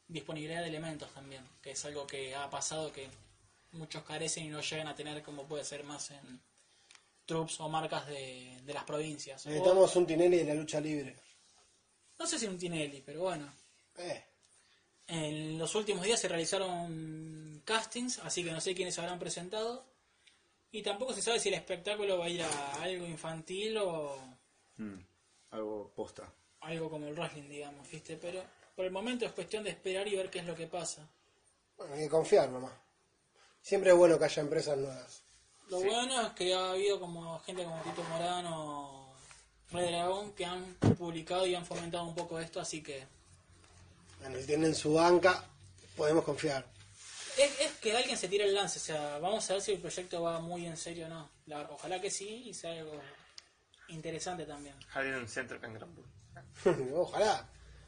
disponibilidad de elementos también, que es algo que ha pasado que muchos carecen y no llegan a tener como puede ser más en troops o marcas de, de las provincias. O- Necesitamos un Tinelli de la lucha libre. no sé si un Tinelli, pero bueno. Eh. En los últimos días se realizaron castings, así que no sé quiénes se habrán presentado. Y tampoco se sabe si el espectáculo va a ir a algo infantil o Mm, Algo posta. algo como el wrestling, digamos, ¿viste? Pero por el momento es cuestión de esperar y ver qué es lo que pasa. Bueno, hay que confiar nomás. Siempre es bueno que haya empresas nuevas. Lo bueno es que ha habido como gente como Tito Morano, Red Dragon, que han publicado y han fomentado un poco esto, así que Bueno, si tienen su banca, podemos confiar. es, es que alguien se tira el lance, o sea, vamos a ver si el proyecto va muy en serio o no. La- ojalá que sí y sea algo interesante también. Javier en un centro cangrejo. Ojalá.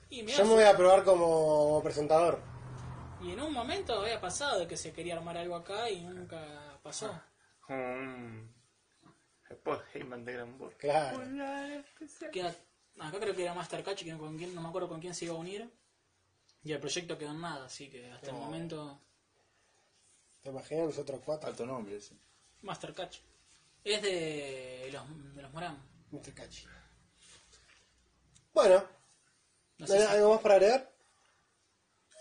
Y, mirá, Yo me voy a probar como presentador. y en un momento había pasado de que se quería armar algo acá y nunca pasó. Ah. Un... Paul Heyman de Granburg. Claro. Queda- acá creo que era Master Catch, que con quién, no me acuerdo con quién se iba a unir. Y el proyecto quedó en nada, así que hasta el momento ¿Te imaginas nosotros cuatro? Alto nombre ese. Master Catch. Es de los, de los Morán. Mr. Cachi. Bueno, No, sé si- ¿algo más para agregar?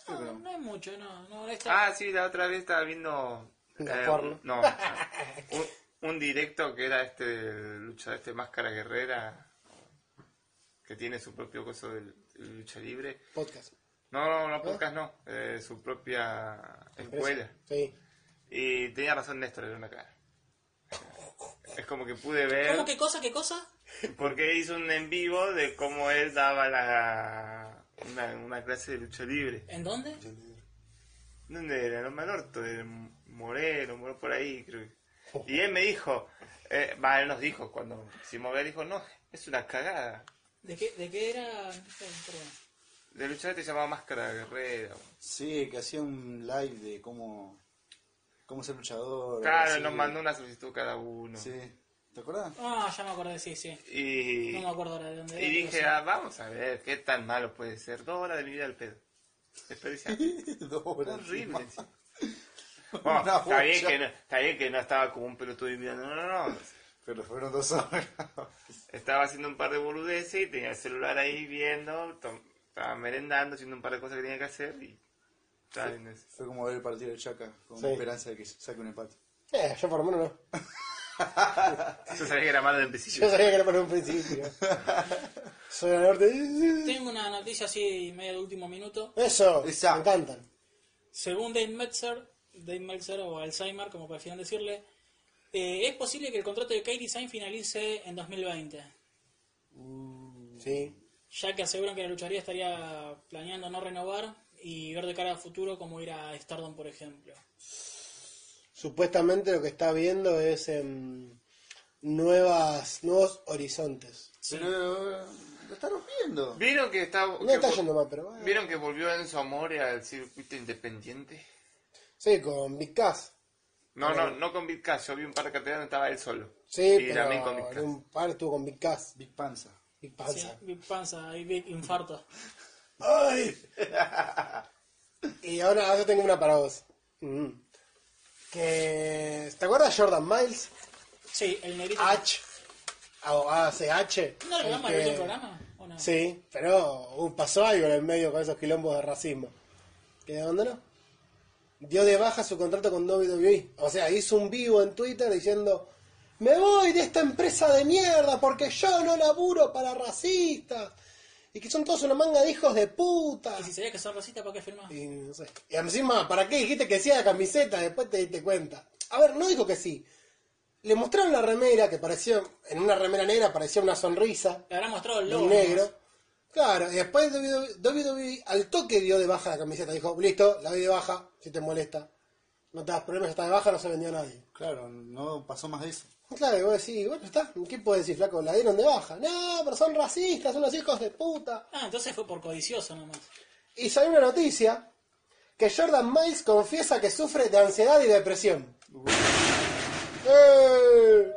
no, no es mucho, no. no está, Ah, sí, la otra vez estaba viendo. La eh, porno. no. un, un directo que era este luchador, este máscara guerrera, que tiene su propio coso de lucha libre. Podcast. No, no, no, podcast no, eh, su propia escuela. Sí. Y tenía razón Néstor, era una cara. Es como que pude ver ¿Cómo qué cosa, qué cosa? porque hizo un en vivo de cómo él daba la, una, una clase de lucha libre. ¿En dónde? ¿Dónde era? No me orto, en Moreno, Moreno por ahí, creo. Y él me dijo, eh, va, él nos dijo cuando hicimos ver, dijo, no, es una cagada. ¿De qué, de qué era? Perdón. De luchador te llamaba Máscara Guerrera. Sí, que hacía un live de cómo, cómo ser luchador. Claro, así. nos mandó una solicitud cada uno. Sí. ¿Te acordás? Ah, ya me acordé, sí, sí. Y, No me acuerdo ahora de dónde y era. dije, pero ah, vamos a ver, qué tan malo puede ser. Dos horas de mi vida al pedo. Desperdiciado. Dos horas. Horrible. sí. Una Bueno, está, bien bocha. que no, está bien que no estaba como un pelotudo y mirando, no, no, no. Pero fueron dos horas. Estaba haciendo un par de boludeces y tenía el celular ahí viendo, tom- estaba merendando, haciendo un par de cosas que tenía que hacer y estaba viendo eso. Fue como ver el partido de Chaca, con Sí. esperanza de que saque un empate. Eh, yo por lo menos no. Ah, Yo sabía que era malo de Yo principio. sabía que era para un principio. Soy la norte. Tengo una noticia así, media de último minuto. Eso, Esa. me encantan. Según Dave Meltzer, Dave Meltzer o Alzheimer, como prefieren decirle, eh, es posible que el contrato de Katie Sain finalice en 2020, Sí. ya que aseguran que la lucharía estaría planeando no renovar y ver de cara a futuro cómo ir a Stardom, por ejemplo. Supuestamente lo que está viendo es em, nuevas, nuevos horizontes. Pero eh, lo está rompiendo. ¿Vieron que, está, No que está vol- yendo mal, pero bueno. ¿Vieron que volvió Enzo Amore al circuito independiente? Sí, con Big Cass. No, no, no con Vizcas, yo vi un par de carteras donde estaba él solo. Sí, y pero también con Vizcas. en un par estuvo con Big Cass. Big Panza. Big Sí, Panza. Big panza y big infarto. ¡Ay! Y ahora, ahora tengo una para vos. Mm. Que, ¿Te acuerdas de Jordan Miles? Sí, el negrito. H. O ACH. ¿No lo el grabamos que- en el otro programa? ¿O no? este, Sí, pero uh, pasó algo en el medio con esos quilombos de racismo. ¿Qué de dónde no? Dio de baja su contrato con WWE. O sea, hizo un vivo en Twitter diciendo: Me voy de esta empresa de mierda porque yo no laburo para racistas. Y que son todos una manga de hijos de puta. Y si sabías que sos racista, ¿para qué firmás? Y, no sé. Y encima, ¿para qué dijiste que sí a la camiseta? Después te diste cuenta. A ver, no dijo que sí. Le mostraron la remera que parecía, en una remera negra parecía una sonrisa Le habrá mostrado el de logo. un ¿no? negro. Claro, y después WWE, WWE al toque dio de baja la camiseta. Dijo, listo, la doy de baja, si te molesta. No te das problemas, ya está de baja, no se vendió a nadie. Claro, no pasó más de eso. Claro, y vos decís, bueno, está, ¿qué puedes decir, flaco? La dieron de baja. No, pero son racistas, son los hijos de puta. Ah, entonces fue por codicioso nomás. Y salió una noticia que Jordan Miles confiesa que sufre de ansiedad y depresión. ¡Eh!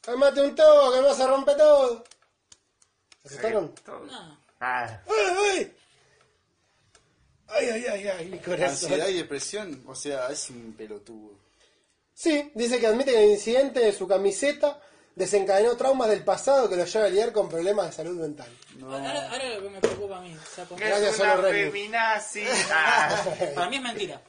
¡Calmate un toque, me vas a romper todo! ¿Se asustaron? Todo. No. Ah, ¡Ay, ay! ¡Ay, ay, ay, ay! Mi corazón. Ansiedad y depresión, o sea, es un pelotudo. Sí, dice que admite que el incidente de su camiseta desencadenó traumas del pasado que lo lleva a lidiar con problemas de salud mental. Ahora, ahora lo que me preocupa a mí. o sea, porque- es Gracias, una solo Remy. feminazi. Ah, para mí es mentira.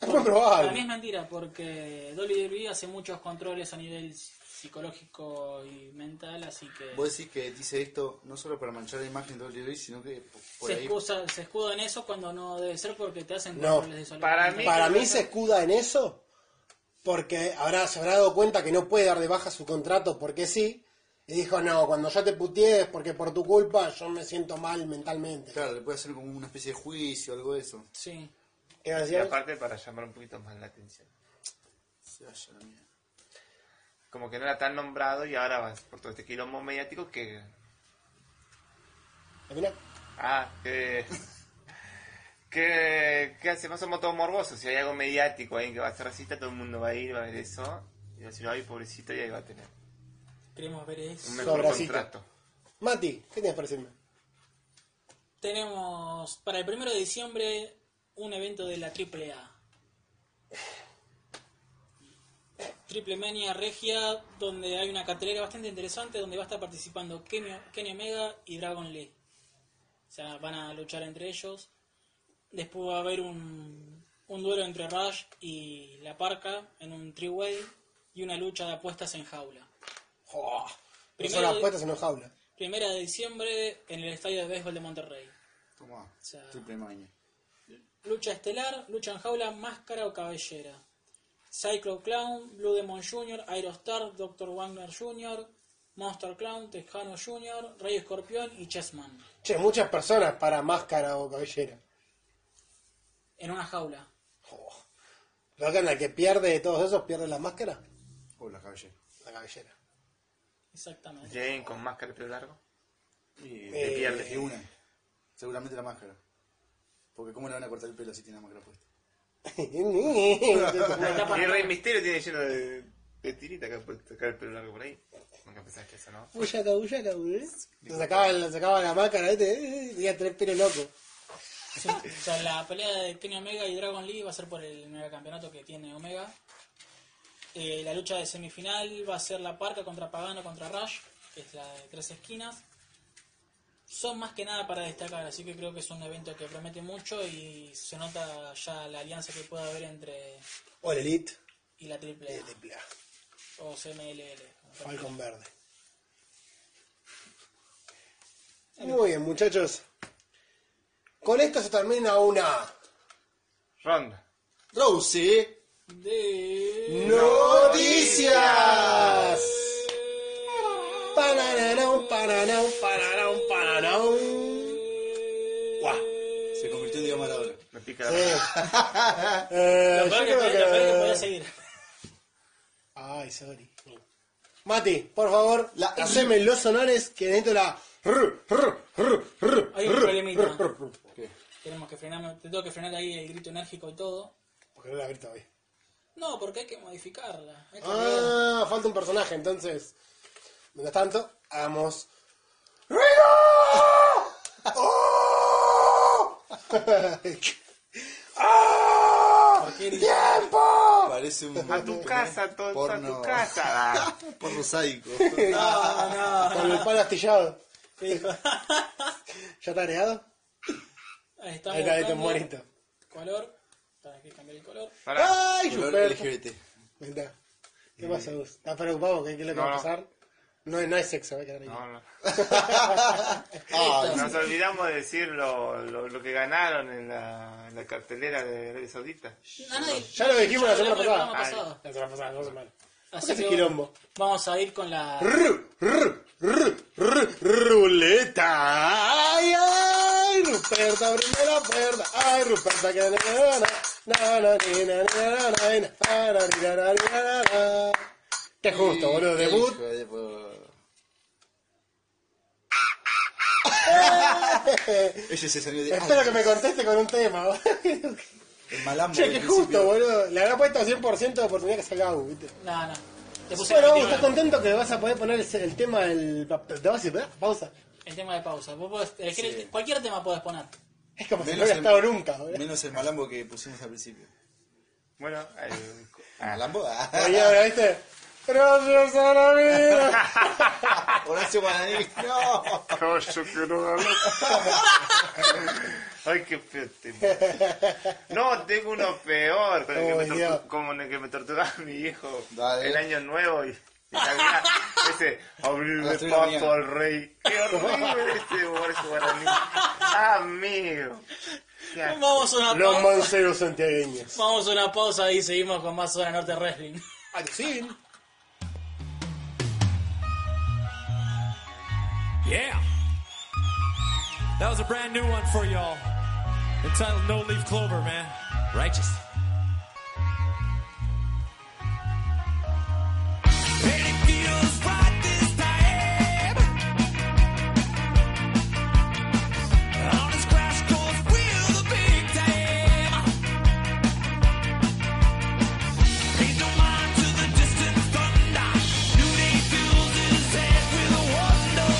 Es muy Para mí probable. es mentira porque Dolly Derby hace muchos controles a nivel psicológico y mental, así que Vos decís que dice esto no solo para manchar la imagen de Oliver, sino que por- por se, ahí. excusa, se escuda en eso cuando no debe ser porque te hacen No, controles de salud para mental. mí- Para mí se escuda en eso porque habrá, se habrá dado cuenta que no puede dar de baja su contrato porque sí. Y dijo, no, cuando yo te puteé es porque por tu culpa yo me siento mal mentalmente. Claro, le puede hacer como una especie de juicio o algo de eso. Sí. ¿Qué vas a Y decir? aparte para llamar un poquito más la atención. Se vaya la mierda. Como que no era tan nombrado y ahora vas por todo este quilombo mediático que... Opina. Ah, que... que, que hace más somos todos morbosos. Si hay algo mediático ahí que va a ser racista, todo el mundo va a ir, va a ver eso. Y si no hay pobrecito, y ahí va a tener Queremos ver eso. un mejor Sobracito. contrato. Mati, ¿qué tienes para decirme? Tenemos para el primero de diciembre un evento de la AAA. Triple Mania Regia, donde hay una cartelera bastante interesante, donde va a estar participando Kenny Kenny Omega y Dragon Lee. O sea, van a luchar entre ellos. Después va a haber un, un duelo entre Rush y La Parca en un three-way y una lucha de apuestas en jaula. Oh, no son Primero- las puestas en una jaula. Primera de diciembre en el Estadio de Béisbol de Monterrey. Toma, sea- triple maña. Lucha estelar, lucha en jaula, máscara o cabellera. Cyclo Clown, Blue Demon Jr., Aerostar, Dr. Wagner Jr., Monster Clown, Tejano Jr., Rey Escorpión y Chessman. Che, muchas personas para máscara o cabellera. En una jaula. Oh. Lo que anda, el que pierde de todos esos, pierde la máscara, O la cabellera. la cabellera. Exactamente. Jane con máscara de pelo largo. Y Eh, pierde. y una. Seguramente la máscara. Porque cómo le van a cortar el pelo si tiene la máscara puesta. Está Y para el Rey todo. Misterio tiene lleno de, de tirita que ha puesto acá el pelo largo por ahí. Nunca pensaste eso, ¿no? Uyaca, uyaca, uyaca. Se sacaba, le sacaba la máscara, ¿viste? Eh, eh, Tenía tres pelos locos. Sí. O sea, la pelea de Kenny Omega y Dragon Lee va a ser por el mega campeonato que tiene Omega. Eh, la lucha de semifinal va a ser la Parca contra Pagano contra Rush, que es la de tres esquinas. Son más que nada para destacar, así que creo que es un evento que promete mucho y se nota ya la alianza que puede haber entre O el Elite. y la triple El Triple A. o CMLL. Falcon Verde. Muy bien, muchachos. Con esto se termina una. Ronda. Rosie, De... ¡Noticias! Pananau, pananau, pananau, pananau. Guau. se convirtió en Diego Maradona. Me pica la Eh, Lo yo peor que, creo puede- lo peor que puede seguir. Ay, sorry. Mati, por favor, la, haceme los sonores que necesito la. Hay un problemita. ¿Qué? Tenemos que frenar, te tengo que frenar ahí el grito enérgico y todo. Porque no la grito hoy. No, porque hay que modificarla. Hay que cambiar. Ah, falta un personaje, entonces. Mientras tanto, hagamos. ¡Ruido! ¡Oh! ¡Ah! ¿Por qué dice? ¡Tiempo! Parece un. A tu casa, todo a tu casa. Porno sádico. No, no. Con el palo astillado. ¿Qué dijo? ¿Ya tareado? Ahí estamos Ahí está, ahí está, buscando bonito. Color. Para que cambiar el color. Pará. ¡Ay, Color super! LGBT. Ahí está. ¿Qué pasa vos? ¿Estás preocupado? ¿Qué, qué es lo que va a No. pasar? No, no hay sexo, va a quedar ahí. No, no. Ah, Nos olvidamos de decir lo, lo, lo que ganaron en la, en la cartelera de Arabia Saudita. A nadie- Ya lo dijimos la ya semana hablamos del programa pasada. pasado. La semana pasada, no semana. Así ¿Por qué ese que quilombo? Vamos a ir con la. Ru, ru, ru, ru, Ruleta. Ay, ay, Ruperta, abrime la puerta. Ay, Ruperta, que na, na, na, na, ni, na, na, na, na, na, na, na, ni, na, na, ni, na, na, na. Qué justo, boludo. Debut. hijo de po- Ese se salió de. Espero que me conteste con un tema. boludo. El malambo. Che, del qué principio. justo, boludo. Le habrá puesto 100% de oportunidad que salga Abu, ¿viste? No, no. Te puse Bueno, el, Abu, tema, ¿estás contento que vas a poder poner el, el tema del... ¿Te vas a ir, eh? Pausa. el tema de pausa. Vos podés elegir el- Sí. cualquier tema podés poner. Es como si no Menos hubiera el- estado nunca, boludo. Menos el malambo que pusimos al principio. Bueno, el, ¿El malambo? Ah. Ahí ahora, ¿viste? Gracias a la vida. Horacio Guaraní. No. caballo que no ganó. Ay, qué feo tema. No, tengo uno peor, con el que, Oh, me tortu- Dios. con el que me torturaba mi hijo Dale. el año nuevo. Y... Y salía ese, abrirle las tres de la paso al rey. ¡Qué horrible este ese Boris Guaraní! ¡Amigo! Ya. Vamos a una Los pausa. manceros santiagueños. Vamos a una pausa y seguimos con más Zona Norte Wrestling. Ah, Al fin. Yeah. That was a brand new one for y'all. Entitled No Leaf Clover, man. Righteous. And it feels right this time. On this crash course with the big time. Paid no mind to the distant thunder. New day fills his head with a wonder.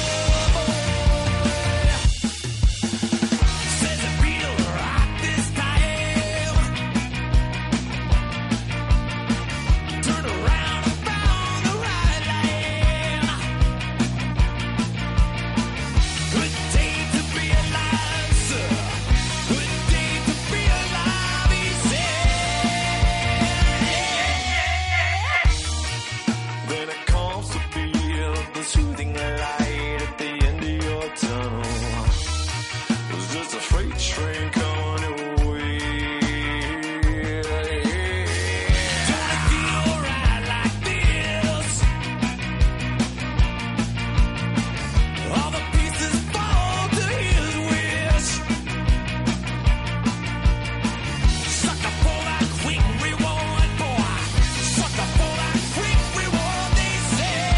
Says it feel right this time. Turn around and found the right line. Good day to be alive, sir. Good day to be alive, he said. When it comes to feel the soothing light at the end of your tunnel. It's just a freight train coming your way. Don't it feel right like this? All the pieces fall to his wish. Sucker for that quick reward, boy. Sucker for that quick reward, they say.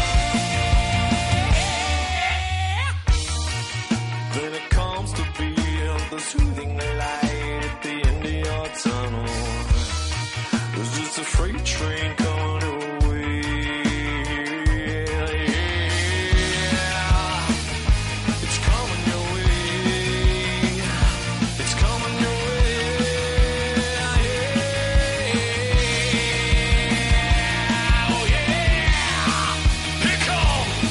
Then it comes to be the soothing light at the end of your tunnel. There's just a freight train coming away. It's coming your way. It's coming your way. Oh yeah. Here it comes.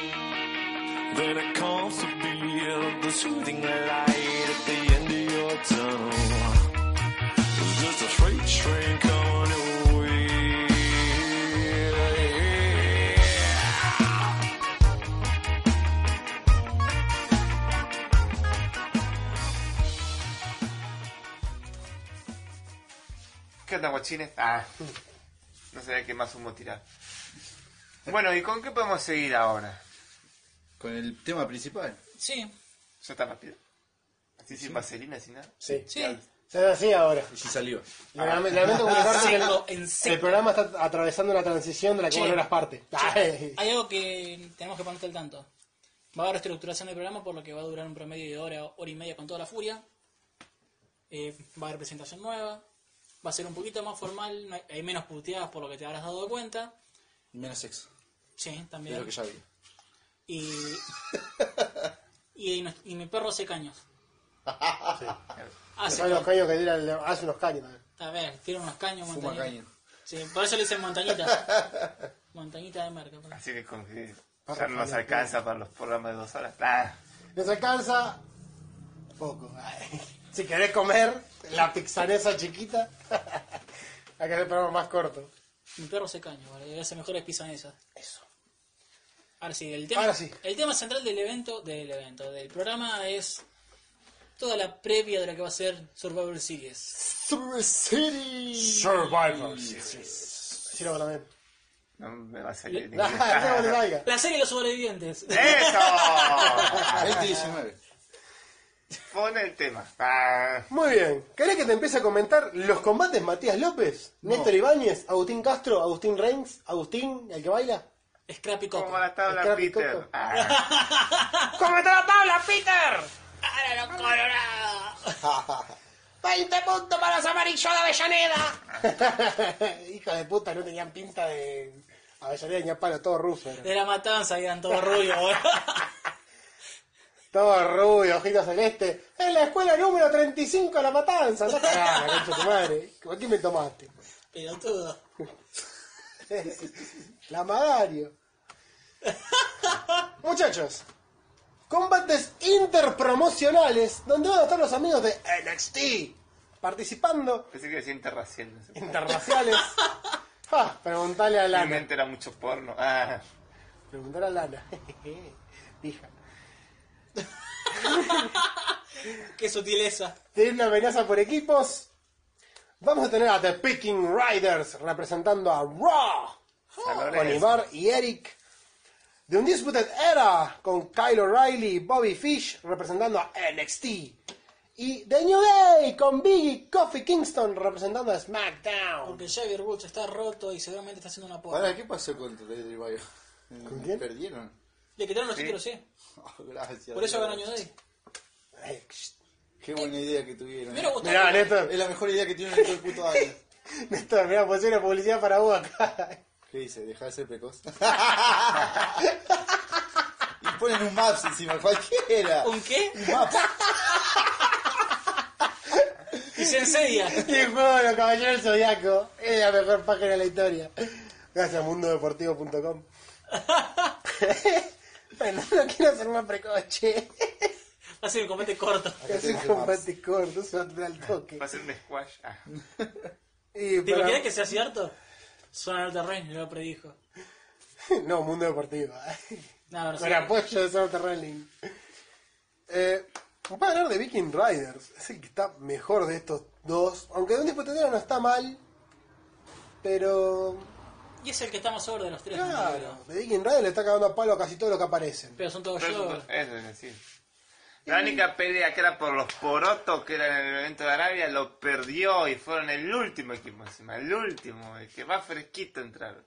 Then it comes to feel the soothing light at the end of your tunnel. It's just a freight train coming your way. ¿Qué onda, guachines? Ah, no sabía qué más humo tirar. Bueno, ¿y con qué podemos seguir ahora? Con el tema principal. Sí, ¿Ya está rápido? Así sin vaselina, sin nada. Sí. sí. Se ve así ahora. Y si salió. Ah, Lamento lamento comunicarte que Seco, el, en seco. el programa está atravesando una transición de la que Che. vos no eras parte. Ay. Hay algo que tenemos que ponerte al tanto. Va a haber reestructuración del programa, por lo que va a durar un promedio de hora, hora y media con toda la furia. Eh, va a haber presentación nueva. Va a ser un poquito más formal. no hay, hay menos puteadas, por lo que te habrás dado cuenta. Y menos sexo. Sí, Es lo también. que ya vi. Y, y, nos- y mi perro hace caños. Hace ah, Son los caños. caños que tira el- hace unos caños. también. A ver, tira unos caños, Fuma montañita. caña. Sí, por eso le dicen montañita. montañita de merca. Así que con que ya no nos alcanza para los programas de dos horas. Ah, Nos alcanza poco. Ay. Si querés comer la pizzanesa chiquita, hay que hacer programas más cortos. Mi perro se caña, ¿vale? hace mejores pisanesas. Eso. Ahora sí, el tema, Ahora sí. el tema central del evento, del evento, del programa es toda la previa de lo que va a ser Survivor Series. Survivor City. Survivor Series. Sí, lo también. no me va a salir No, ningún. no le salga. La serie de los sobrevivientes. ¿Eh? ¡Eso! 2019. Pon el tema. Ah, Muy bien. ¿Querés que te empiece a comentar los combates Matías López, Néstor Ibáñez, Agustín Castro, Agustín Reigns, Agustín, el que baila? Scrappy Coco. ¿Cómo la tabla, Scrappy Peter? Coco. Ah, ¡Ahora lo colorado! Hija de puta, no tenían pinta de Avellaneda ni a palo, todo ruso. era. De la matanza eran todos rubios, boludo. Todo rubio, ojito celeste. En la escuela número 35 de la matanza. No cagada, concha de tu madre. ¿Con quién me tomaste? Pelotudo. La Magario. Muchachos, combates interpromocionales donde van a estar los amigos de NXT participando Pensé que decía interracial. no sé. interraciales. Ah, preguntale a Mi Lana. mente era mucho porno. Ah, Preguntale a Lana. Hija. Qué sutileza. Tiene una amenaza por equipos. Vamos a tener a The Picking Riders representando a Raw. San con Lorenzo. Ibar y Eric. The Undisputed Era con Kyle O'Reilly y Bobby Fish representando a NXT. Y The New Day con Biggie Kofi Kingston representando a SmackDown. Porque Jagger Woods está roto y seguramente está haciendo una porra. Ahora, ¿qué pasó con Lady Bayo? ¿Con quién? Eh, Perdieron. Le quitaron los Sí. títulos, sí. Oh, gracias. Por eso Dios. ganó New Day. Eh, shh. Qué buena idea que tuvieron. Me hubiera Mirá, gustado. Néstor, Es la mejor idea que tuvieron en todo el puto año. Néstor, mirá, pues una publicidad para vos acá. ¿Qué dice? Dejar de ser precoz. y ponen un maps encima, cualquiera. ¿Un qué? Un maps. Y se ensedia. Y el Este juego de los caballeros del Zodiaco es la mejor página de la historia. Gracias, mundodeportivo.com. bueno, no quiero ser más precoce. Va a ser un combate corto. Es un combate corto, se va a tener al toque. Va a ser un squash. Ah. Y ¿Te para- imaginas que sea cierto? Suena Alta Wrestling, lo predijo. No, Mundo Deportivo. No, no Con apoyo de Santa Rally. Eh, va a hablar de Viking Riders. Es el que está mejor de estos dos. Aunque de un disputadero no está mal. Pero. Y es el que está más sobre de los tres. ¿no? Claro, Pero- de Viking Riders le está cagando a palo a casi todo lo que aparecen. Pero son todos Pero eso- yo. Eso es así. La única pelea que era por los porotos, que era en el evento de Arabia, lo perdió y fueron el último equipo encima, el último, el que más fresquito entraron.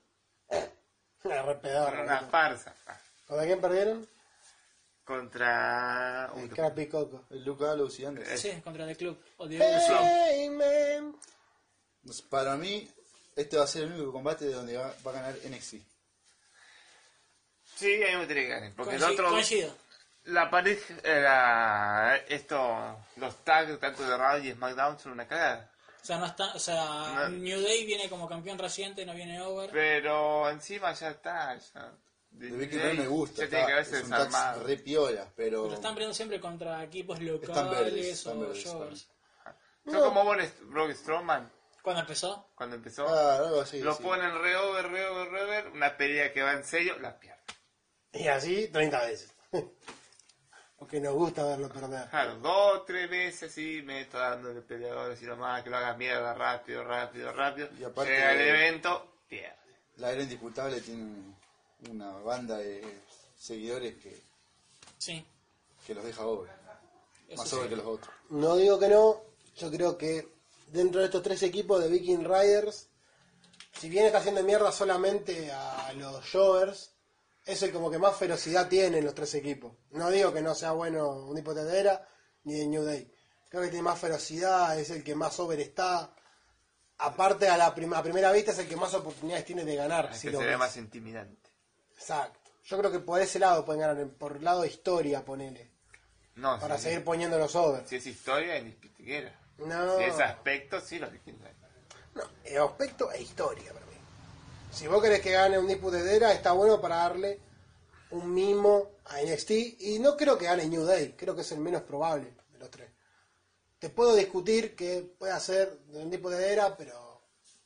Ah, re pedorro, Fueron una ¿no? farsa. Ah. ¿Contra quién perdieron? Contra... El un- Capi Coco. Luca Gallows y Anderson. Sí, contra el club. O Eh, Diego Russo. Hey, man. Para mí, este va a ser el único combate de donde va, va a ganar NXT. Sí, ahí me tiene que ganar. Porque el Coincido- otro... Coincido. La pareja... Era... Esto... Los tags, tanto de Raw y SmackDown, son una cagada. O sea, no está, o sea No. New Day viene como campeón reciente, no viene over. Pero encima ya está, ya... De Vicky Ray me gusta. Ya tiene que está- haberse es un tax desarmado. re piola, pero. Pero están peleando siempre contra equipos locales verdes, o están verdes, showers. Son como Boris- Brock Strowman, ¿Cuándo empezó? cuando empezó. Ah, algo así. lo sí. ponen reover, reover, reover, una pelea que va en serio, la pierden. Y así 30 veces. Porque nos gusta verlo perder. Claro, Ah, dos, tres veces así, me está dando el peleador, así nomás, que lo haga mierda, rápido, rápido, rápido. Y aparte- Llega el evento, pierde. La era indisputable tiene una banda de seguidores que, Sí. que los deja over. eso Más sí. over que los otros. No digo que no, yo creo que dentro de estos tres equipos de Viking Riders, si bien está haciendo mierda solamente a los Jovers, es el como que más ferocidad tienen los tres equipos. No digo que no sea bueno un tipo de Era ni de New Day. Creo que tiene más ferocidad, es el que más over está. Aparte, a la prim- a primera vista es el que más oportunidades tiene de ganar. Es si que lo se ve ves. más intimidante. Exacto. Yo creo que por ese lado pueden ganar, por el lado de historia, ponele. No, Para si, seguir poniendo los over. si es historia, ni pitiquera. No. Si es aspecto, sí, los distintos. No, eh, aspecto e historia para mí. Si vos querés que gane un disputadera, está bueno para darle un mimo a NXT. Y no creo que gane New Day, creo que es el menos probable de los tres. Te puedo discutir que pueda ser de un disputadera, pero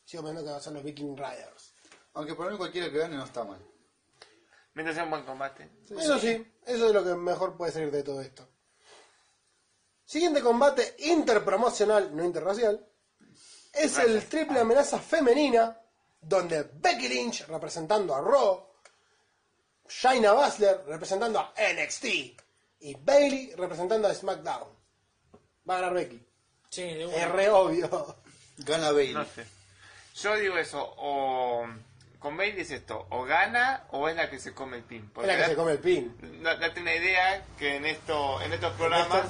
sigo pensando que van a ser los Viking Riders. Aunque para mí cualquiera que gane no está mal. Mientras sea un buen combate. eso sí, eso es lo que mejor puede salir de todo esto. Siguiente combate interpromocional, no interracial, es el triple amenaza femenina, donde Becky Lynch representando a Raw, Shaina Baszler representando a NXT y Bailey representando a SmackDown. Va a ganar Becky. Sí, de una. Es re obvio. Gana Bailey. No sé. Yo digo eso, o con Bailey es esto, o gana o es la que se come el pin. Es Porque la que la- se come el pin. Da- Date una idea que en esto, en estos programas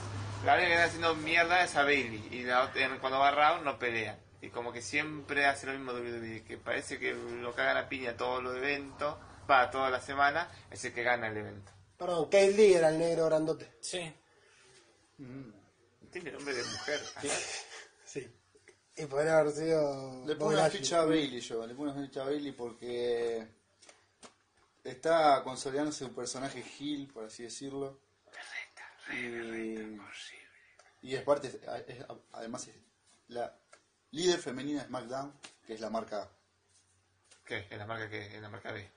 la única que está haciendo mierda es a Bailey y la otra- en- cuando va round no pelea. Y como que siempre hace lo mismo WWE, que parece que lo cagan a piña todos los eventos, va toda la semana, es el que gana el evento. Perdón, Kate Lee era el negro grandote. Sí. Tiene nombre de mujer. Sí. Y podría haber sido. Le Bobby pongo una Lashley. ficha a Bailey yo, le pongo una ficha a Bailey porque está consolidándose un personaje heel, por así decirlo. Y, y es parte, es- además es la líder femenina de SmackDown, que es la marca ¿Qué? ¿En la marca qué? ¿En la marca B?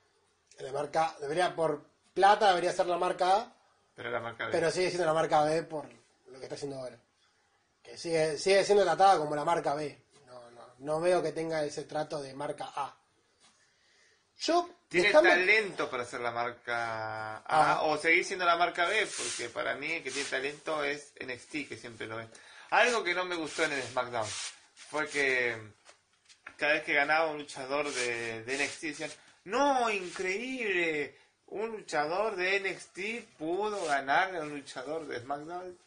La marca, debería, por plata, debería ser la marca A, Pero la marca B. pero sigue siendo la marca B por lo que está haciendo ahora. Que sigue, sigue siendo tratada como la marca B. No, no, no veo que tenga ese trato de marca A. Yo, ¿Tiene dejame- talento para ser la marca A Ah. o seguir siendo la marca B? Porque para mí el que tiene talento es NXT, que siempre lo es. Algo que no me gustó en el SmackDown fue que cada vez que ganaba un luchador de, de NXT decían, no, increíble, un luchador de NXT pudo ganar a un luchador de SmackDown.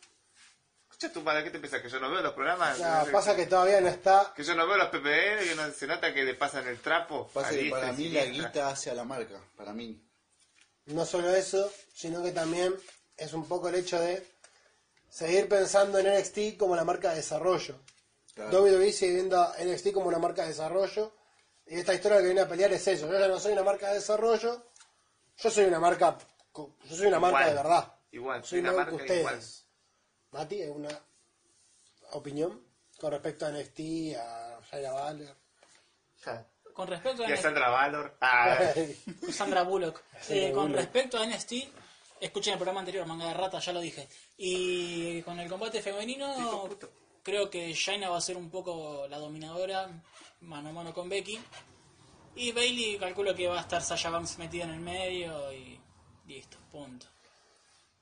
Escucha tu madre, ¿qué te piensas? Que yo no veo los programas. o sea, pasa que todavía no está. Que yo no veo los PPL, que no, se nota que le pasan el trapo. a Pasa que diestra y para mí la siniestra. guita hace a la marca, para mí. No solo eso, sino que también es un poco el hecho de seguir pensando en NXT como la marca de desarrollo. Claro. WWE E sigue viendo a NXT como una marca de desarrollo. Y esta historia que viene a pelear es eso. Yo ya no soy una marca de desarrollo. Yo soy una marca. co- Yo soy una marca Igual, de verdad. igual, soy soy una una marca que marca ustedes. igual. Mati, ¿es una opinión con respecto a NXT, a Jaira Butler? Ya. Con respecto a Y a NXT, Sandra Valor. Ah, Sandra Bullock. Eh, con Bullock. respecto a NXT, escuché en el programa anterior, manga de rata, ya lo dije. Y con el combate femenino, creo que Shaina va a ser un poco la dominadora, mano a mano con Becky. Y Bailey calculo que va a estar Sasha Banks metida en el medio y listo, punto.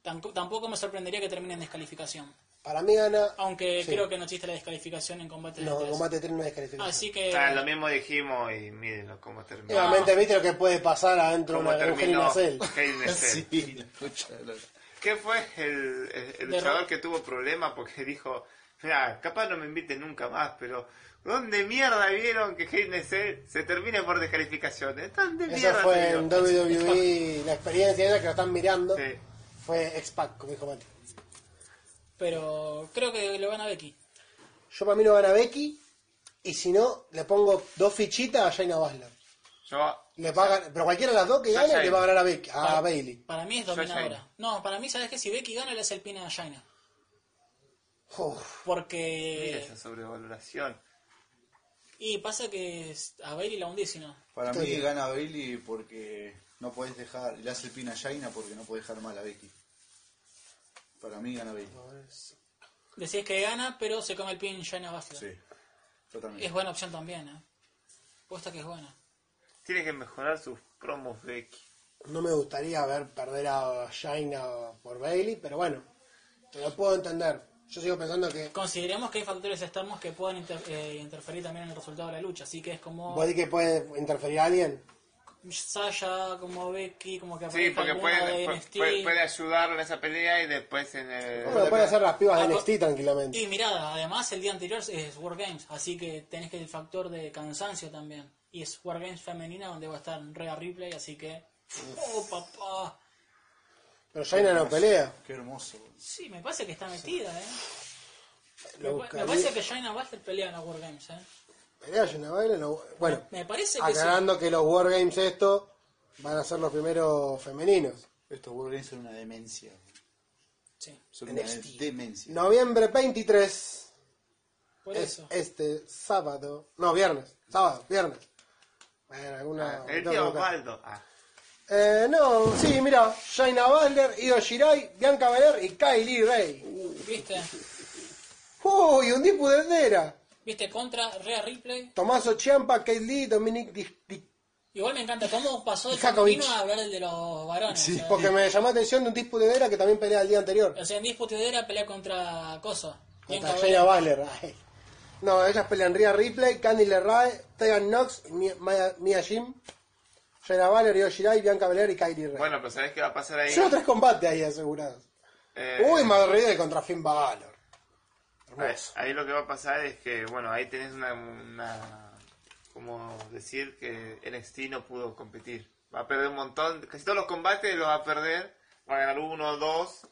Tampo- Tampoco me sorprendería que termine en descalificación. Para mí gana. Aunque Sí. creo que no existe la descalificación en combate de No, tres. combate tiene una descalificación. Así que... ah, lo mismo dijimos y mírenlo cómo terminó. Nuevamente, viste lo que puede pasar adentro de Cómo una de un Hell in terminó a Cell. Hell in a Cell. Sí, la concha de la- ¿Qué fue el, el- el De luchador Rock. que tuvo problemas porque dijo, "Mirá, capaz no me inviten nunca más, pero ¿dónde mierda vieron que Hell in a Cell se termine por descalificación? ¿Dónde Eso mierda se fue vio?" en WWE, la experiencia esa que lo están mirando. Sí. Fue X-Pac, como dijo Mati. Pero creo que lo gana Becky. Yo para mí no gana Becky. Y si no, le pongo dos fichitas a Jaina Basler. Yo, Le va a ganar- pero cualquiera de las dos que Yo a gane Shayna. le va a ganar a, Becky, a Para- Bailey. Ah, Para mí es Yo dominadora. Shayna. No, para mí, ¿sabes que Si Becky gana, le hace el pin a Shaina. Uf, mira Porque. esa sobrevaloración. Y pasa que es- a Bailey la hundí, si no. Para Está mí bien. gana Bailey porque no podés dejar, le hace el pin a Jaina porque no podés dejar mal a Becky. Para mí gana Bailey. Decís que gana, pero se come el pin Shaina Baszler. Sí, yo Es también. buena opción también, ¿eh? Puesta que es buena. Tiene que mejorar sus promos Becky. no me gustaría ver perder a Jaina por Bailey, pero bueno, te lo puedo entender. Yo sigo pensando que. Consideremos que hay factores externos que pueden inter- eh, interferir también en el resultado de la lucha. Así que es como ¿Vos decís que puede interferir a alguien? Sasha, como Becky, como que Sí, aparezca porque alguna puede, de pu- NXT. puede, puede ayudarlo en esa pelea y después en el... Bueno, pueden hacer las pibas Eh, Ah, de NXT tranquilamente. Y mirada, además el día anterior es War Games, así que tenés que el factor de cansancio también. Y es War Games femenina donde va a estar Rhea Ripley, así que... ¡Oh, papá! Pero Jaina no pelea. Qué hermoso. Sí, me parece que está metida, ¿eh? Me, pa- Lo me buscaría. parece que Shaina Buster pelea en la War Games, ¿eh? Pelea Jaina Baszler, lo- Bueno, Me parece Ah, que sí. aclarando que los Wargames estos van a ser los primeros femeninos. Estos Wolverines son una demencia. Sí, Son una NXT. demencia. Noviembre 23. por es eso. este sábado. No, viernes. Sábado, viernes. Bueno, alguna. El tengo que tío buscar. Osvaldo. Ah, Eh, no, sí, mira. Jaina Balder, Ido Shirai, Bianca Belair y Kylie Ray. ¿Viste? Uy, un tipo de heredera. ¿Viste? Contra Rhea Ripley. Tomaso Chiampa, Kate Lee, Dominic Di- Di- Di- Igual me encanta cómo pasó de Dijakovic. femenino a hablar el de los varones. Sí, ¿eh? porque me llamó la atención de un tipo de heredera que también pelea el día anterior. O sea, en disputadera pelea contra Coso. Contra Jaina Balder. No, ellas pelean Rhea Ripley, Candy LeRae, Tegan Knox, Mia, Maya- Mia Jim, Jaina Balder, Io Shirai, Bianca Belair y Kylie Ray. Bueno, pero ¿sabés qué va a pasar ahí? Llevo tres combates ahí asegurados. Eh, Uy, Madrid contra Finn Balor. ahí, Hermoso. ahí lo que va a pasar es que, bueno, ahí tenés una... una como decir que NXT no pudo competir. Va a perder un montón. Casi todos los combates los va a perder. Va a ganar uno o dos.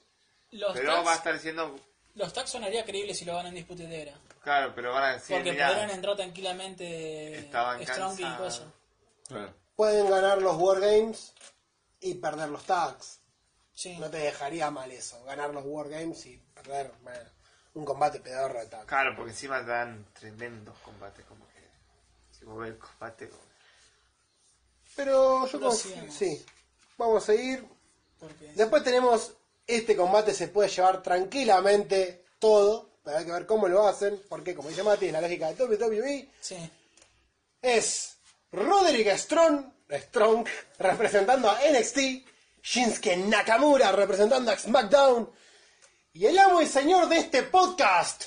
Los Pero tags- va a estar diciendo... Los tags sonaría creíble si lo ganan en disputadera. Claro, pero van a decir... porque "Mirá, podrían entrar tranquilamente Estaban Strong y cansados. cosas. Claro. Pueden ganar los Wargames y perder los tags. Sí. No te dejaría mal eso, ganar los Wargames y perder bueno, un combate pedorro de tal. Claro, porque encima dan tremendos combates, como que. Si vos ves el combate. como- Pero yo Lo con- sigamos. sí. Vamos a seguir. Porque Después tenemos este combate se puede llevar tranquilamente todo, pero hay que ver cómo lo hacen, porque como dice Mati, es la lógica de E, WWE sí. es Roderick Strong, Strong representando a NXT, Shinsuke Nakamura representando a SmackDown y el amo y señor de este podcast,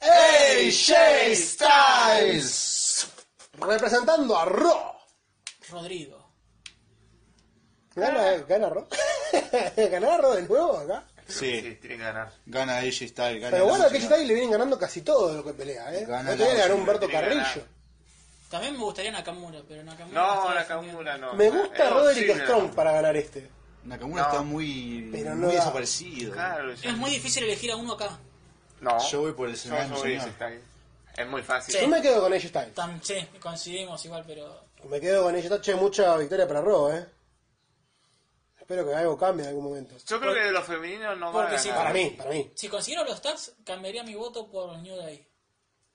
AJ Styles, representando a Raw. Rodrigo. ¿Gana, gana Raw? ¿Ganará Raw de nuevo acá? Sí. Sí, tiene que ganar. gana AJ Styles. Gana Pero bueno, a Nakamura. KJ Styles le vienen ganando casi todo lo que pelea, ¿eh? Gana No te viene Nakamura, a Humberto tiene que Carrillo. ganar. También me gustaría Nakamura, pero Nakamura. No, está Nakamura no. Me Es gusta Roderick posible, Strong Nakamura. para ganar este. Nakamura No. está muy, Pero no muy da. desaparecido. Claro, defendiendo. Es muy difícil elegir a uno acá. No. Yo voy por el Yo- yo escenario, voy a señor. ese Styles. Es muy fácil. Sí. Yo me quedo con AJ Styles. Tam- sí, coincidimos igual, pero. Me quedo con ellos. Che, mucha victoria para Raw, ¿eh? Espero que algo cambie en algún momento. Yo creo que de los femeninos no va a Porque ganar. sí, Para mí, para mí. Si consiguiera los tags, cambiaría mi voto por New Day.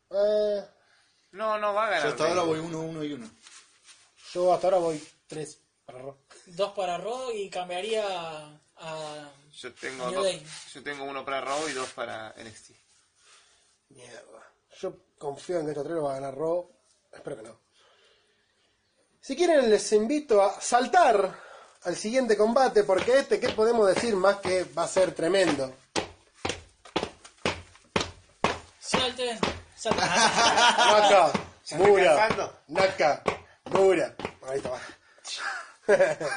Eh, No, no va a ganar. Yo hasta ahora Roderick. voy uno, uno y uno. yo hasta ahora voy 3 para Raw. Dos para Raw y cambiaría a. a- Yo tengo, New dos- Day. yo tengo uno para Raw y dos para NXT. Mierda. Yo confío en que estos tres lo va a ganar Raw. Espero que no. Si quieren, les invito a saltar al siguiente combate, porque este, ¿qué podemos decir más que va a ser tremendo? Salten. Salten. Naka, ¿Se está Mura, cansando? Naka, Mura. Ahí está. va.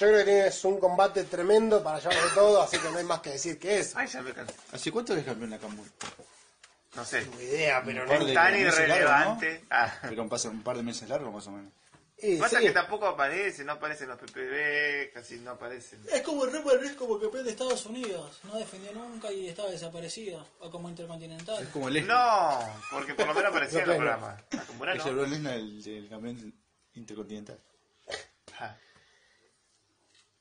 Yo creo que tienes un combate tremendo para llevar de todo, así que no hay más que decir que eso. Ay, ya me cansé. ¿Hace cuánto eres campeón Nakamura? No sé. No idea, pero Un par es de tan meses irrelevante. largos, ¿no? Ah. Pero pasan un par de meses largos más o menos. Y Pasa sí, que tampoco aparece, no aparecen los PPB, casi no aparecen. Es como el Roman Reigns como campeón de Estados Unidos. No defendió nunca y estaba desaparecido. O como Intercontinental. Es como el Lesnar. No, porque por lo menos aparecía en No, el claro. programa. Nakamura Es el no. Brock Lesnar, el, el campeón intercontinental. Ah.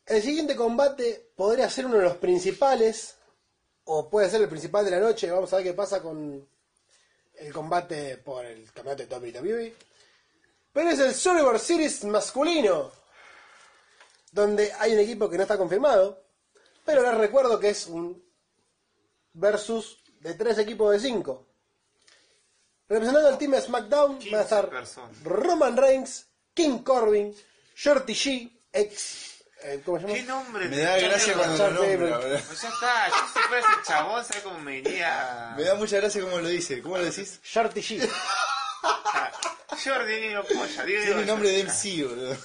el siguiente combate podría ser uno de los principales, o puede ser el principal de la noche. Vamos a ver qué pasa con el combate por el campeonato de WWE. Pero es el Survivor Series masculino, donde hay un equipo que no está confirmado, pero les recuerdo que es un versus de tres equipos de cinco. Representando al team de SmackDown van a 15 estar personas. Roman Reigns, King Corbin, Shorty G, ex... eh, ¿Cómo se ¿Qué llama? nombre? Me da Ya gracia tengo- cuando lo Charles nombra, Gable. ¿verdad? Pues ya está, yo si fuera ese chabón, ¿sabes cómo me iría? Me da mucha gracia como lo dice. ¿Cómo lo decís? Shorty G. Ah, Jordi ni lo polla, Diego Tiene Diego, el nombre ya de está. MC, boludo.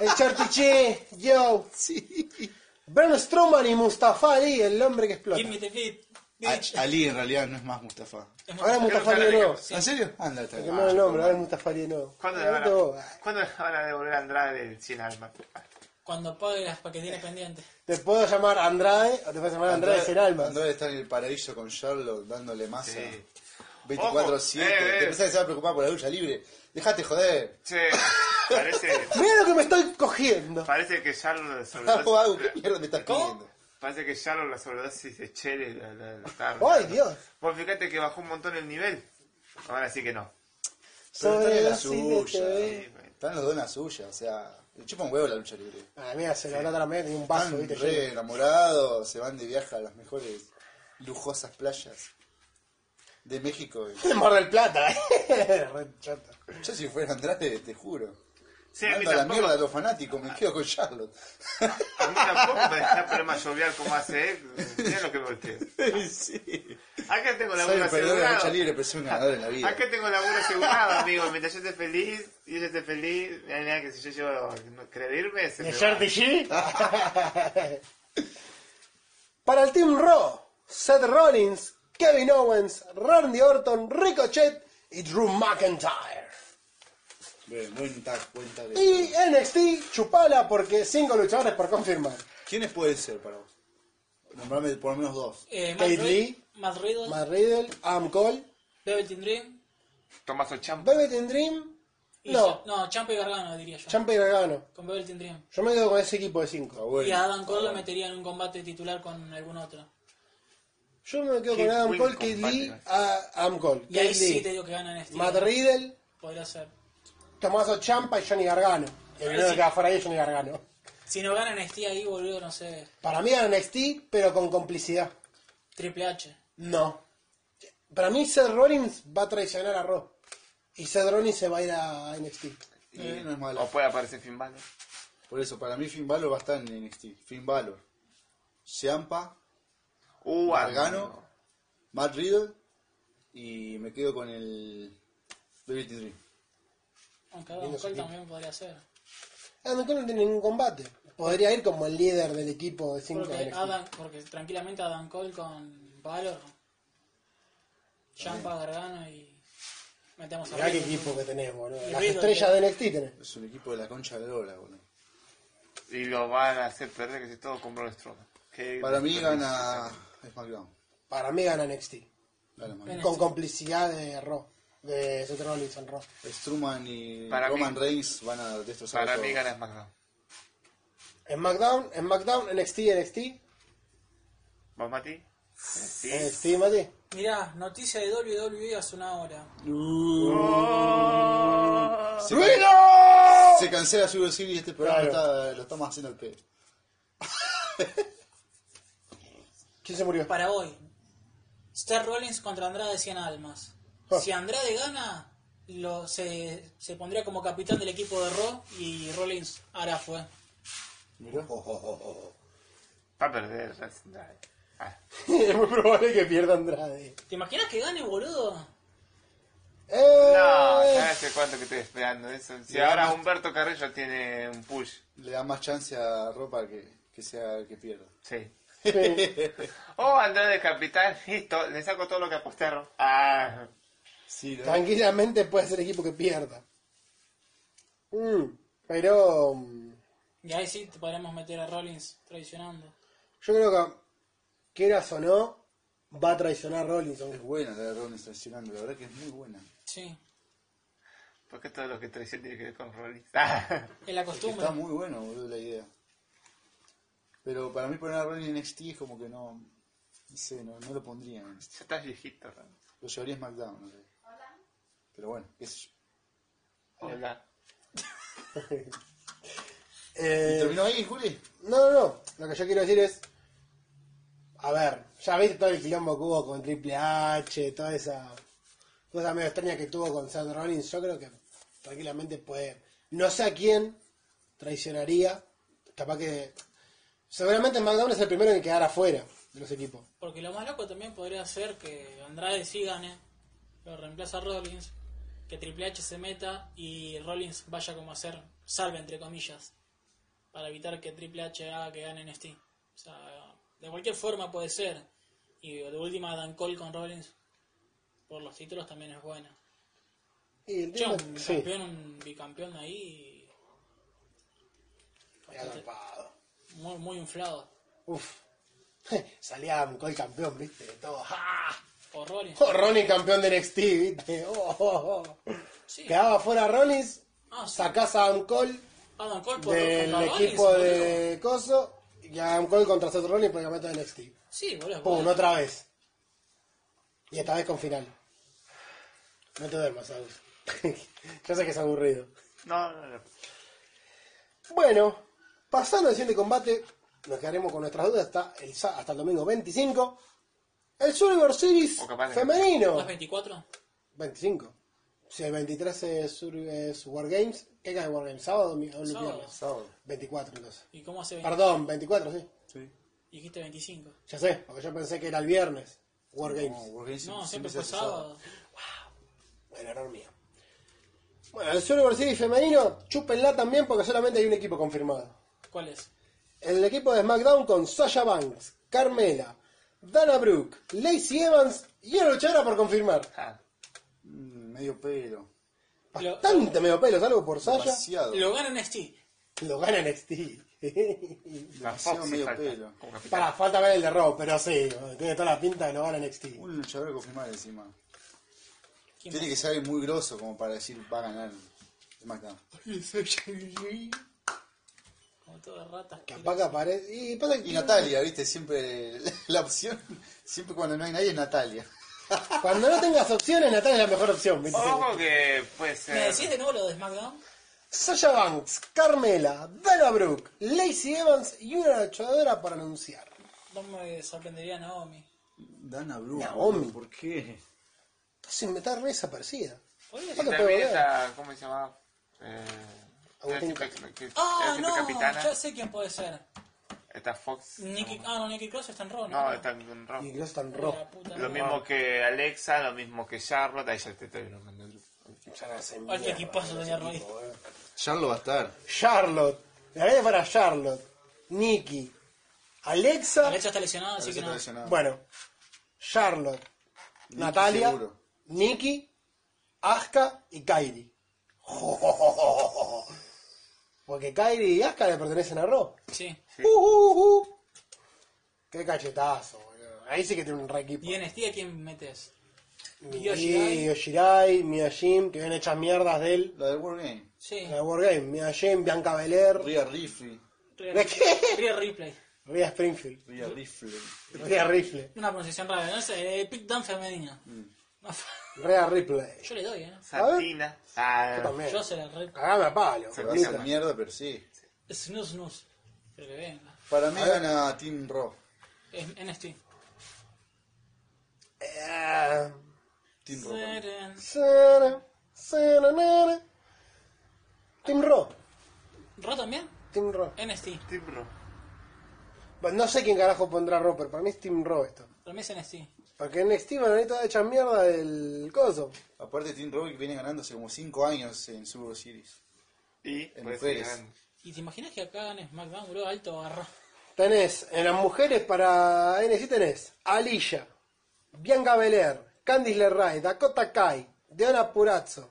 El Shorty G, yo. Sí. Braun Strowman y Mustafa Ali, el hombre que explota. Give me the beat, bitch. A- Ali en realidad no es más Mustafa. Ahora Mustafa Ali de nuevo. ¿En serio? Anda, está Que no el nombre, ahora es Mustafa Ali de nuevo. ¿Cuándo le, Ahora van todo. a, ¿Cuándo le van a devolver a Andrade sin alma? Cuando pague las Eh, paquetines pendientes. Te puedo llamar Andrade o te puedo llamar Andrade, sin alma. Andrade Ah, está en el paraíso con Charlotte dándole masa. Sí. 24-7. Ojo, eh, eh. Te pensás que se va a preocupar por la lucha libre. Dejate joder. Che, parece, Mira lo que me estoy cogiendo. parece que ya lo Guau, ¿Qué mierda me estás ¿Cómo? pidiendo? Parece que ya lo la sobredosis de Chere la, la, la tarde. ¡Ay, Dios! Vos fíjate que bajó un montón el nivel. Ahora sí que no. Pero está en la Soy el suya. CTV. Están los dos en la suya. O sea, le chupa un huevo la lucha libre. Ah, mira, se lo habrá también y un vaso, Están ¿viste? re enamorados, se van de viaje a las mejores lujosas playas de México. Mar del Plata, eh. Re chota. Yo si fuera Andrade, te juro. Sí, a mí Mando a la tampoco, mierda a los fanáticos, me quedo con Charlotte. a mí tampoco me deja problema lloviar como hace él. Mirá lo que volteo. sí. Acá tengo Soy laburo un perdedor de la lucha asegurado. libre, pero soy un ganador en la vida. Acá tengo laburo asegurado, amigo. Mientras yo esté feliz y ella esté feliz, mirá, mirá que si yo llevo a no creerme, se ¿De me va. Shorty G? Para el Team Raw, Seth Rollins, Kevin Owens, Randy Orton, Ricochet y Drew McIntyre. Bien, buen tag, buen tag. Y NXT, chupala porque cinco luchadores por confirmar. ¿Quiénes pueden ser para vos? Nombrame por lo menos dos. Eh, Kate Rid- Lee. Matt Riddle. Matt Riddle, Adam Cole, Velvet in Dream. Tomás Ochampo. Velvet in Dream Y No. ya- no, Champa y Gargano, diría yo. Champa y Gargano. Con Bebel tendrían. Yo me quedo con ese equipo de 5. Y a Adam Cole lo metería en un combate titular con algún otro. Yo me quedo Qué con Adam buen Cole, Kate combate, Lee, macho. a Adam Cole. Y ahí Keith Lee, sí te digo que ganan este. Matt Riddle, Podría ser. Tomaso Champa y Johnny Gargano. El primero que va fuera ahí es Johnny Gargano. Si no ganan este ahí, boludo, no sé. Para mí era NXT, pero con complicidad. Triple H. No. Para mí Seth Rollins va a traicionar a Raw. Y Seth Rollins se va a ir a NXT. Y no es malo. O puede aparecer Finn Balor. Por eso, para mí Finn Balor va a estar en NXT. Finn Balor, Ciampa, Uh, Gargano, Matt Riddle y me quedo con el Velvet Dream. Aunque Adam Cole también podría ser. Adam Cole Ah, no tiene ningún combate. Podría ir como el líder del equipo de 5 de Porque, NXT. Adam, porque tranquilamente Adam Cole con Valor, Champa, Gargano y metemos a Mirá qué Riddle. equipo que tenés, boludo. Y Las Riddle, estrellas de NXT tenés. Es un equipo de la concha de Lola, boludo. Y lo van a hacer perder que si todo con Braun Strowman. Qué Para mí desperdicio. gana SmackDown. Para mí gana NXT. Gana Gana. SmackDown. Con complicidad de Raw. De Seth Rollins en Raw. Strowman y Para mí- Roman Reigns van a destrozar Para todo. mí gana SmackDown. En SmackDown, en SmackDown, NXT, NXT. ¿Vos, Mati? Sí. NXT, Mati. Mirá, noticia de WWE hace una hora. Se, can- se cancela Survivor Series y este programa Claro. está- lo estamos haciendo el pedo. ¿Quién se murió? Para hoy, Star Rollins contra Andrade 100 almas. Ah. Si Andrade gana, lo, se, se pondría como capitán del equipo de Raw y Rollins ahora fue. Va a perder. ¡Eh! Andrade. Ah, es muy probable que pierda Andrade. ¿Te imaginas que gane, boludo? No, ¡Eh! ya hace cuánto que estoy esperando eso. Si ahora Humberto Carrillo tiene un push. Le da más chance a Ropa que, que sea el que pierda. Sí. Sí. Oh, Andrade Capitán, listo, le saco todo lo que apostaron. Ah, Sí, ¿no? Tranquilamente puede ser equipo que pierda. Mm, pero mm, Y ahí sí te podríamos meter a Rollins traicionando. yo creo que, quieras o no, va a traicionar Rollinson. Es buena la de Rollins traicionando, la verdad que es muy buena. Sí, porque todo lo que traición tiene que ver con Rollins. Ah, es la Es que costumbre. está muy bueno, boludo, la idea. Pero para mí poner a Rollins en NXT es como que no... No sé, no, no lo pondría en NXT. ya estás viejito, Ron. Lo llevaría a SmackDown, no sé. Pero bueno, qué sé yo. Oh. Hola. ¿Y Eh, terminó ahí, Juli? no, no, no. Lo que yo quiero decir es. A ver, ya viste todo el quilombo que hubo con Triple H, toda esa cosa medio extraña que tuvo con Seth Rollins. Yo creo que tranquilamente puede. No sé a quién traicionaría. Capaz que. Seguramente McDonald's es el primero en quedar afuera de los equipos. Porque lo más loco también podría ser que Andrade sí gane, lo reemplaza a Rollins, que Triple H se meta y Rollins vaya como a ser salve, entre comillas, para evitar que Triple H haga que gane NXT. O sea, de cualquier forma puede ser. Y de última, Dan Cole con Rollins por los títulos también es buena. Y el Che, tema- un sí. campeón, un bicampeón ahí Era zarpado. muy, muy inflado. Uf. Salía con el campeón, viste, de todo. ¡Ja! O Rollins. Oh, Rollins campeón de NXT, viste. Oh, oh, oh. Sí. Quedaba fuera Rollins, Ah, sí. sacás a Adam Cole Ah, Dan Cole por del contra Rollins, equipo boludo. de Coso y a Adam Cole contra Seth Rollins por el campeonato de NXT. Sí, boludo. es Pum, buena. otra vez. Y esta vez con final. No te duermas, Agus. Yo sé que es aburrido. No, no, no. Bueno, pasando al siguiente combate, nos quedaremos con nuestras dudas hasta el, sa- hasta el domingo 25. El Survivor Series O capaz de- femenino. ¿Más 24? 25. Si el 23 es, Sur- es War Games, ¿qué cae War Games? ¿Sábado o mi- o Sábado. viernes? Sábado. 24 entonces. ¿Y cómo hace 20? Perdón, 24, sí. Sí. Dijiste 25. Ya sé, porque yo pensé que era el viernes. War No, Games. War Games No, siempre se fue hace sábado. sábado. El error mío. Bueno, el Survivor Series femenino, chúpenla también porque solamente hay un equipo confirmado. ¿Cuál es? El equipo de SmackDown con Sasha Banks, Carmela, Dana Brooke, Lacey Evans y una luchadora por confirmar. Ah, Mm, medio pelo. Lo, Bastante medio pelo, salvo por Sasha. Demasiado. lo gana NXT. Lo gana NXT. la Demasiado Foxy medio falta pelo. como capitán. Para, falta ver el de Raw, pero sí, tiene toda la pinta de que lo gana NXT. Un luchador confirmado encima. ¿Quién Tiene que más? ser alguien muy grosso como para decir va a ganar SmackDown. Como todas ratas. Capaz que aparece. Y pasa que Y Natalia, viste, siempre la opción, siempre cuando no hay nadie es Natalia. cuando no tengas opciones, Natalia es la mejor opción. ¿viste? Ah. Ojo que puede ¿Me decís ser. de nuevo lo de SmackDown? Sasha Banks, Carmela, Dana Brooke, Lacey Evans y una luchadora para anunciar. No me sorprendería Naomi. Dana Brooke. Naomi. ¿Por qué? Estás sin meter re desaparecida. Podría Y ser- Ojo. también esa, ¿cómo se llamaba? Eh, era Agustín siempre- que- era Ah, siempre no, capitana. ya sé quién puede ser. Está Fox. Nikki, ah, no, Nikki Cross está en Raw, No, está en rojo. Y Dios tan La rojo. puta Lo madre. mismo que Alexa, lo mismo que Charlotte. Ahí ya te estoy nombrando el grupo. Cualquier equipazo tenía Raw. Charlo va a estar. Charlotte. La verdad es para Charlotte. Nikki. Alexa. Alexa está lesionada, así que no. Bueno. Charlotte. Natalia. seguro. Nikki. Asuka y Kairi. Porque Kairi y Asuka le pertenecen a Raw. Sí. Uh, uh, uh. Qué cachetazo, boludo. Ahí sí que tiene un re equipo. ¿Y en Steve a quién metes? Mio Shirai. Mio Shirai, Mia Jim, que ven hechas mierdas de él. La del World Game. Sí. La Wargame, Mia Jim, Bianca Belair. Ria Rifle. ¿De qué? Ria Ripley. Ria Springfield. Ria Rifle. Ria Rifle. Una pronunciación rara, no sé, eh, Pick Down femenina. No, Ria Ripley. Yo le doy, ¿eh? Santina. Ah, Yo también. Yo se la re. Cagame a palo. Esa boludo. mierda, pero sí. Snus, snus. Pero que venga. Para mí gana Team Raw. Es NST. Eh, Team Raw. para mí. Seren. sara, sara, nara. Team Raw. ¿Ro también? Team Raw. NST. Team Raw. Bueno, No sé quién carajo pondrá Raw, pero para mí es Team Raw esto. Para mí es NST. Porque en NXT van a venir todas hechas mierda del coso. Aparte Team Raw que viene ganando hace como 5 años en Super Series. Y pues En puede mujeres. ser grande. ¿Y te imaginas que acá en SmackDown, bro, alto barro? Tenés, en las mujeres para NXT tenés Alicia, Bianca Belair, Candice LeRae, Dakota Kai, Deonna Purazzo,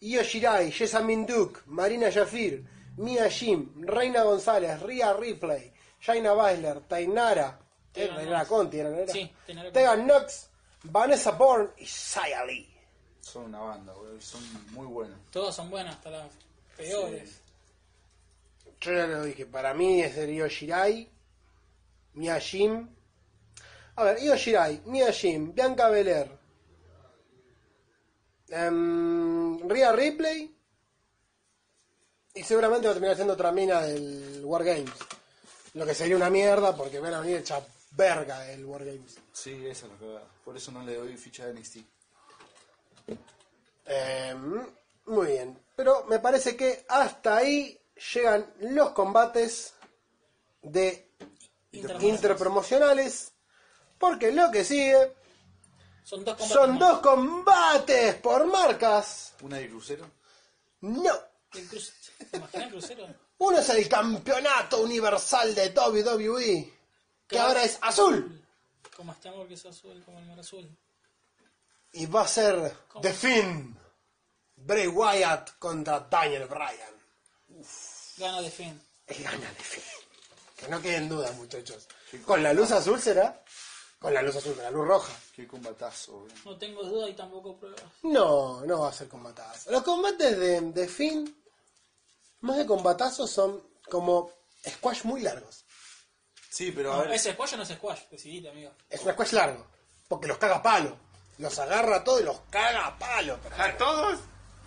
Io Shirai, Jessamine Duke, Marina Jafir, Mia Jim, Reina González, Rhea Ripley, Jaina Baszler, Tainara, eh, Tegan Tainara Knox. Conti, era, ¿no era? Sí, Tainara Tegan Knox, Vanessa Bourne y Xia Li. Son una banda, boludo. Son muy buenos. Todas son buenas, hasta las peores. Yo ya lo dije, para mí es el Io Shirai, Mia Jim. A ver, Io Shirai, Mia Jim, Bianca Belair, em, Rhea Ripley. Y seguramente va a terminar siendo otra mina del Wargames. Lo que sería una mierda porque van a venir hecha verga del Wargames. Sí, esa es la cagada. Por eso no le doy ficha de NXT. Em, muy bien. Pero me parece que hasta ahí llegan los combates de interpromocionales. Porque lo que sigue Son dos combates. son más. dos combates por marcas. Una de crucero. No. El cruce- ¿Te imaginas el crucero? Uno es el campeonato universal de WWE. Que ahora es azul. Como este amor que es azul, como el mar azul. Y va a ser The Finn. Bray Wyatt contra Daniel Bryan. Gana de fin. Y gana The Finn. Que no queden dudas, muchachos. ¿Con la luz azul será? Con la luz azul, con la luz roja. Qué combatazo, boludo. No tengo duda y tampoco pruebas. No, no va a ser combatazo. Los combates de, de Finn, más que combatazos, son como squash muy largos. Sí, pero a No, ver. ¿Es squash o no es squash? Decidite, amigo. Es un squash largo, porque los caga a palo. Los agarra a todos y los caga a palo. pero ¿A todos?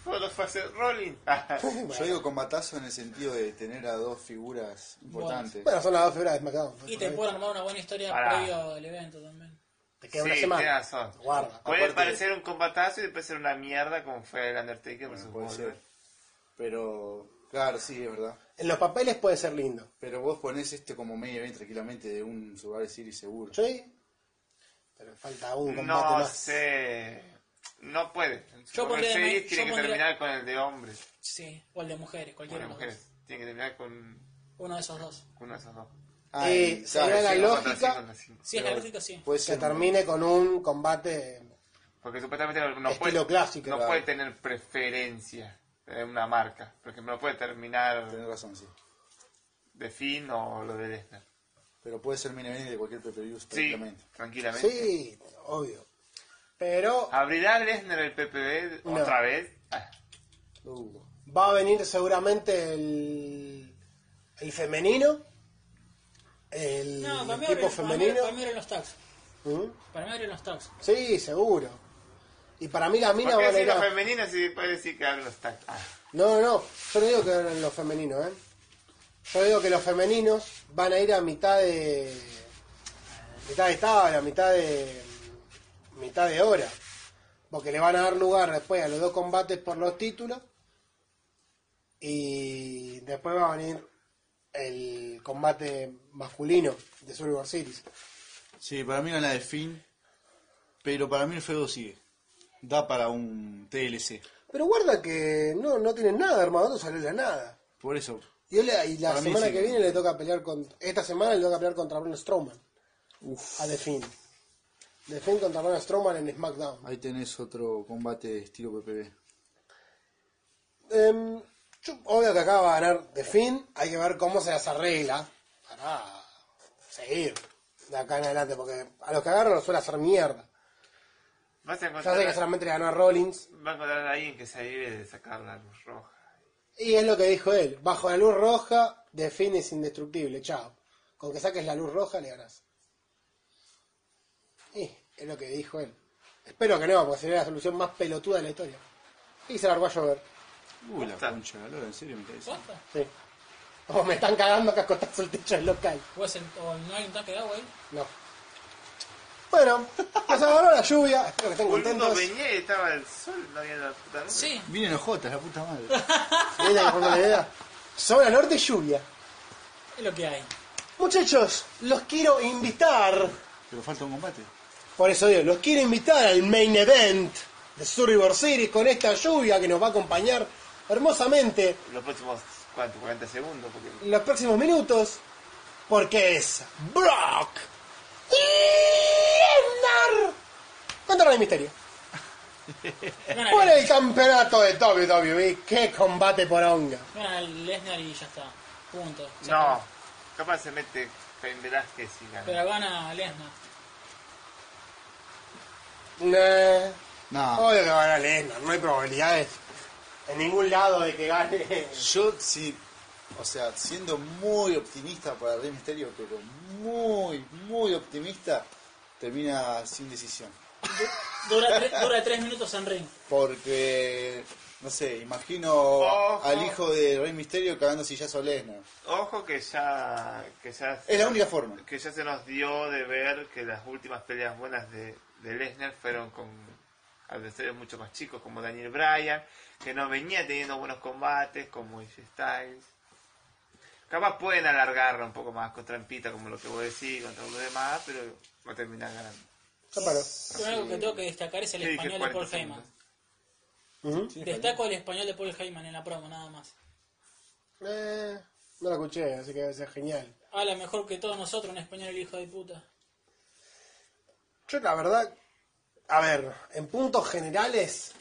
Solo fue hacer rolling. Yo digo combatazo en el sentido de tener a dos figuras importantes. Bueno, son las dos figuras de SmackDown. pues, ¿no? Y te pueden armar una buena historia Pará. previo al evento también. Te Sí, queda una tiene semana. razón. Guarda. Puede Aparte- parecer un combatazo y después ser una mierda como fue el Undertaker versus puede Goldberg. ser. Pero, claro, sí, es verdad. En los papeles puede ser lindo. Pero vos ponés este como medio event tranquilamente de un Survivor Series seguro. ¿Sí? Pero falta un combate No más. sé. No puede. En Yo Yo pondría- series yo tiene que pondría- terminar con el de hombres. Sí, o el de mujeres, Con cualquiera las de los dos. mujeres. Tiene que terminar con Uno de esos dos. con uno de esos dos. Ah, Eh, y- sería claro, la sí, Cinco contra lógica- cinco contra cinco. Si es la lógica, sí. puede Que ser termine con un combate. Porque supuestamente no- no Estilo puede, clásico, no claro. puede tener preferencia de una marca. Por ejemplo, no puede terminar Tenés razón, sí. de Finn o lo de Lesnar. Pero puede ser main event de cualquier pay-per-view Sí, tranquilamente. tranquilamente. Sí, obvio. Pero ¿Abrirá Lesnar el PPV No. otra vez? Ah, Lo dudo. va a venir seguramente el, el femenino, el No, para mí, equipo abren- para mí- femenino. para mí abren los tags. Ujú. Para mí abren los tags. Sí, seguro. Y para mí las minas ¿Por qué van a decir ir los a- femeninos si puede decir que hablo está ah. No, no, no. Yo no digo que eran los femeninos, ¿eh? Yo digo que los femeninos van a ir a mitad de. mitad de tabla, mitad de. mitad de hora. Porque le van a dar lugar después a los dos combates por los títulos. Y después va a venir el combate masculino de Survivor Series. Sí, para mí no la de fin, pero para mí el feudo sigue. Da para un TLC. Pero guarda que no, no tienen nada, hermano, no salió de la nada. Por eso, Y, él- y la Para mí semana sí. que viene le toca pelear con. Esta semana le toca pelear contra Braun Strowman. A The Finn. The Finn contra Braun Strowman en SmackDown. ahí tenés otro combate de estilo PPV. Em, yo- obvio que acá va a ganar The Finn. Hay que ver cómo se las arregla para seguir de acá en adelante. Porque a los que agarran los suele hacer mierda. Vas a Ya sé que encontrar, solamente le ganó a Rollins. va a encontrar a alguien que se vive de sacar la luz roja. Y es lo que dijo él. Bajo la luz roja, The Finn es indestructible. Chao. Con que saques la luz roja, le ganas. Y es lo que dijo él. Espero que no, porque sería la solución más pelotuda de la historia. Y se largó a llover. Uy, la Posta. concha, de la lora, en serio me está diciendo. ¿Posta? Sí. O me están cagando a cascotazo el techo del local. ¿O, es el- o no hay un tanque de agua ahí? No. Bueno, nos agarró la lluvia. Espero que estén Boludo, contentos. venía y estaba el sol, no había la puta luz. Sí. Vienen ojotas, la puta madre. Mira que forma la idea. Sobre el norte y lluvia. Es lo que hay. Muchachos, los quiero invitar. Pero falta un combate. Por eso digo, los quiero invitar al main event de Survivor Series con esta lluvia que nos va a acompañar hermosamente Los próximos, ¿cuánto? 40 segundos. Porque... los próximos minutos, porque es Brock Lesnar contra Rey Misterio Gana, por Lesnar. el campeonato de WWE. ¡Qué combate por onga! Gana Lesnar y ya está. Punto. Se No, acabó. capaz se mete Cain Velázquez y gana. Pero gana Lesnar. Nah, No. obvio que va a ganar Lesnar, no hay probabilidades en ningún lado de que gane. Yo sí, o sea, siendo muy optimista para Rey Misterio, pero muy, muy optimista, termina sin decisión. Dura, tre- dura tres minutos en ring. Porque, no sé, imagino Ojo. al hijo de Rey Misterio cagando sillazo a Lesnar. Ojo que ya, que ya... Es la única forma. que ya se nos dio de ver que las últimas peleas buenas de, de Lesnar fueron con adversarios mucho más chicos como Daniel Bryan, que no venía teniendo buenos combates como AJ Styles. Capaz pueden alargarla un poco más con trampita como lo que vos decís, contra los demás, pero va a terminar ganando. Ya paró. Lo único que tengo que destacar es el Sí, dije español de Paul 40 Heyman. segundos. Ujú. Destaco el español de Paul Heyman en la promo, nada más. Eh, no la escuché, así que debe ser genial. Habla mejor que todos nosotros un español el hijo de puta. Yo la verdad, a ver, en puntos generales,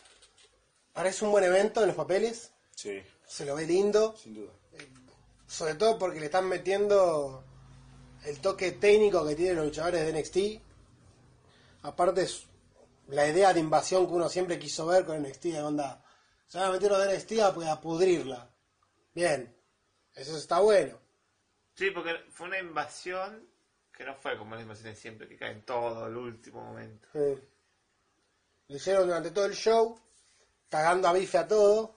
parece un buen evento en los papeles, Sí, se lo ve lindo, sin duda. sobre todo porque le están metiendo el toque técnico que tienen los luchadores de NXT. Aparte es la idea de invasión que uno siempre quiso ver con NXT, de onda, se van a meter los de NXT a, pues, a pudrirla. Bien, eso está bueno. Sí, porque fue una invasión que no fue como las invasiones siempre, que caen todo al último momento. Sí. Lo hicieron durante todo el show, cagando a bife a todo.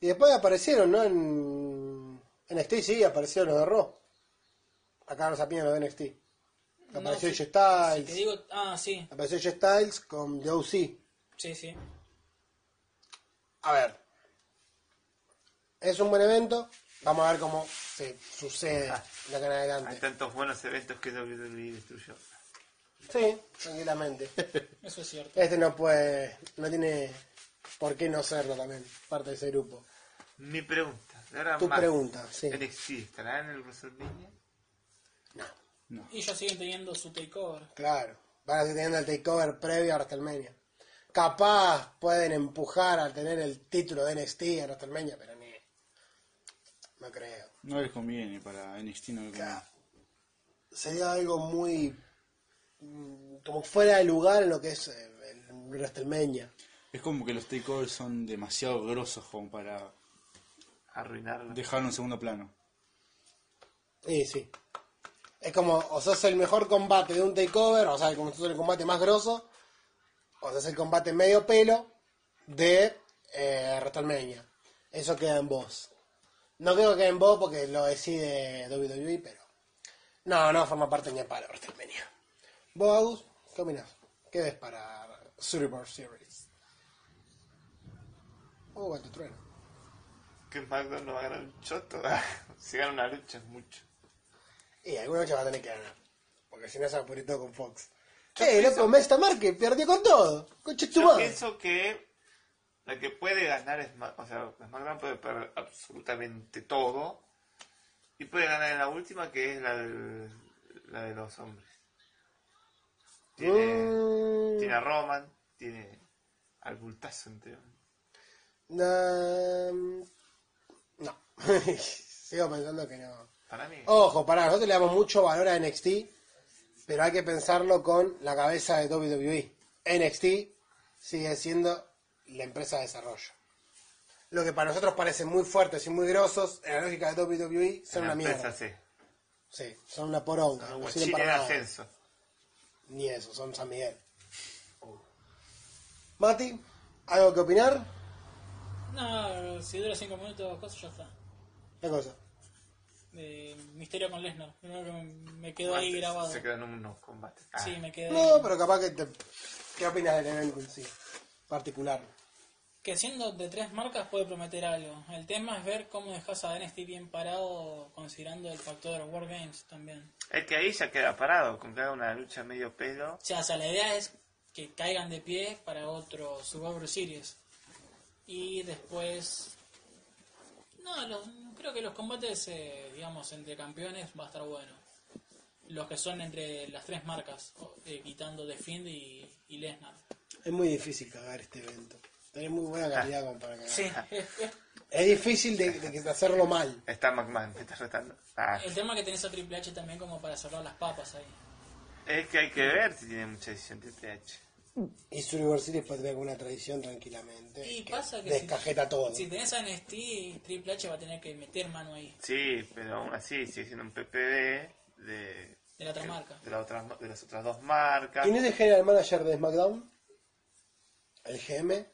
Y después aparecieron, ¿no? En, en NXT, sí, aparecieron los de Raw. Acá nos apiñan los de NXT. Apareció No, si- G Styles. si te digo, ah, sí, Apareció G Styles con The OC. sí, sí. A ver. Es un buen evento. Vamos a ver cómo se sucede de acá en Hay adelante. tantos buenos eventos que WWE destruyó. Sí, tranquilamente. Eso es cierto. Este no puede, no tiene por qué no serlo también, parte de ese grupo. Mi pregunta, de ahora Tu más, pregunta, sí. NXT, ¿estará en el WrestleMania? Y ellos siguen teniendo su takeover. Claro, van a seguir teniendo el takeover previo a WrestleMania. Capaz pueden empujar a tener el título de NXT a WrestleMania, pero ni. No creo. No les conviene para NXT, no les conviene. Sería algo muy. mm, como fuera de lugar en lo que es eh, el WrestleMania. Es como que los takeovers son demasiado grosos como para Arruinarlo. dejarlo en segundo plano. Sí, sí. Es como, o sos el mejor combate de un takeover, o sea, como sos el combate más grosso, o sos el combate medio pelo de eh, WrestleMania. Eso queda en vos. No creo que quede en vos porque lo decide WWE, pero... No, no forma parte ni a palo de WrestleMania. Vos, Agus, ¿qué opinás? ¿Qué ves para Survivor Series? Oh, cuánto trueno. Que McDonald's no va a ganar un choto. ah, si gana una lucha es mucho. Y alguna noche va a tener que ganar. Porque si no se va a poner todo con Fox. Eh, loco, Mesta Marque perdió con todo. Coche tu Yo madre. pienso que la que puede ganar es Ma- o sea, SmackDown puede perder absolutamente todo y puede ganar en la última que es la, del- la de los hombres. Tiene, Mm, tiene a Roman, tiene al bultazo entero. na- no. Sigo pensando que no. Para mí, Ojo, pará, nosotros le damos mucho valor a NXT, pero hay que pensarlo con la cabeza de E. WWE. NXT sigue siendo la empresa de desarrollo. Lo que para nosotros parecen muy fuertes y muy grosos, en la lógica de WWE, son la una empresa mierda. C. Sí, son una poronga. Los No sirven guachines para de nada. ascenso. Ni eso, son San Miguel. Mati, ¿algo que opinar? No, si dura 5 minutos o cosas, ya está. ¿Qué cosa? Eh, Misterio con Lesnar. Lo único que me- me quedó ahí Antes grabado. Se quedan unos combates. Ah, Sí, me quedé ahí. No, pero capaz que te... ¿Qué opinas del evento en sí? Particular. Que siendo de tres marcas puede prometer algo. El tema es ver cómo dejas a NXT bien parado considerando el factor War Games también. Es que ahí ya queda parado, con que haga una lucha medio pelo. O sea, o sea, la idea es que caigan de pie para otro Survivor Series. Y después... No, los- creo que los combates, eh, digamos, entre campeones va a estar bueno. Los que son entre las tres marcas, o- eh, quitando The Fiend y, y Lesnar. Es muy difícil cagar este evento. Tenés muy buena calidad como para cagar. Sí, es- es- Es difícil de, de que- hacerlo mal. Está McMahon, me estás retando. Ah. el tema es que tenés a Triple H también como para cerrar las papas ahí. Es que hay que ver si tiene mucha edición de TH. Y Survivor Series puede tener alguna tradición tranquilamente. Y pasa que si- descajeta todo. Si tenés a NXT, Triple H va a tener que meter mano ahí, Sí, pero aún así sigue siendo un PPD de, de la otra marca. de, la otra- de las otras dos marcas. ¿Quién es el general manager de SmackDown? El GM.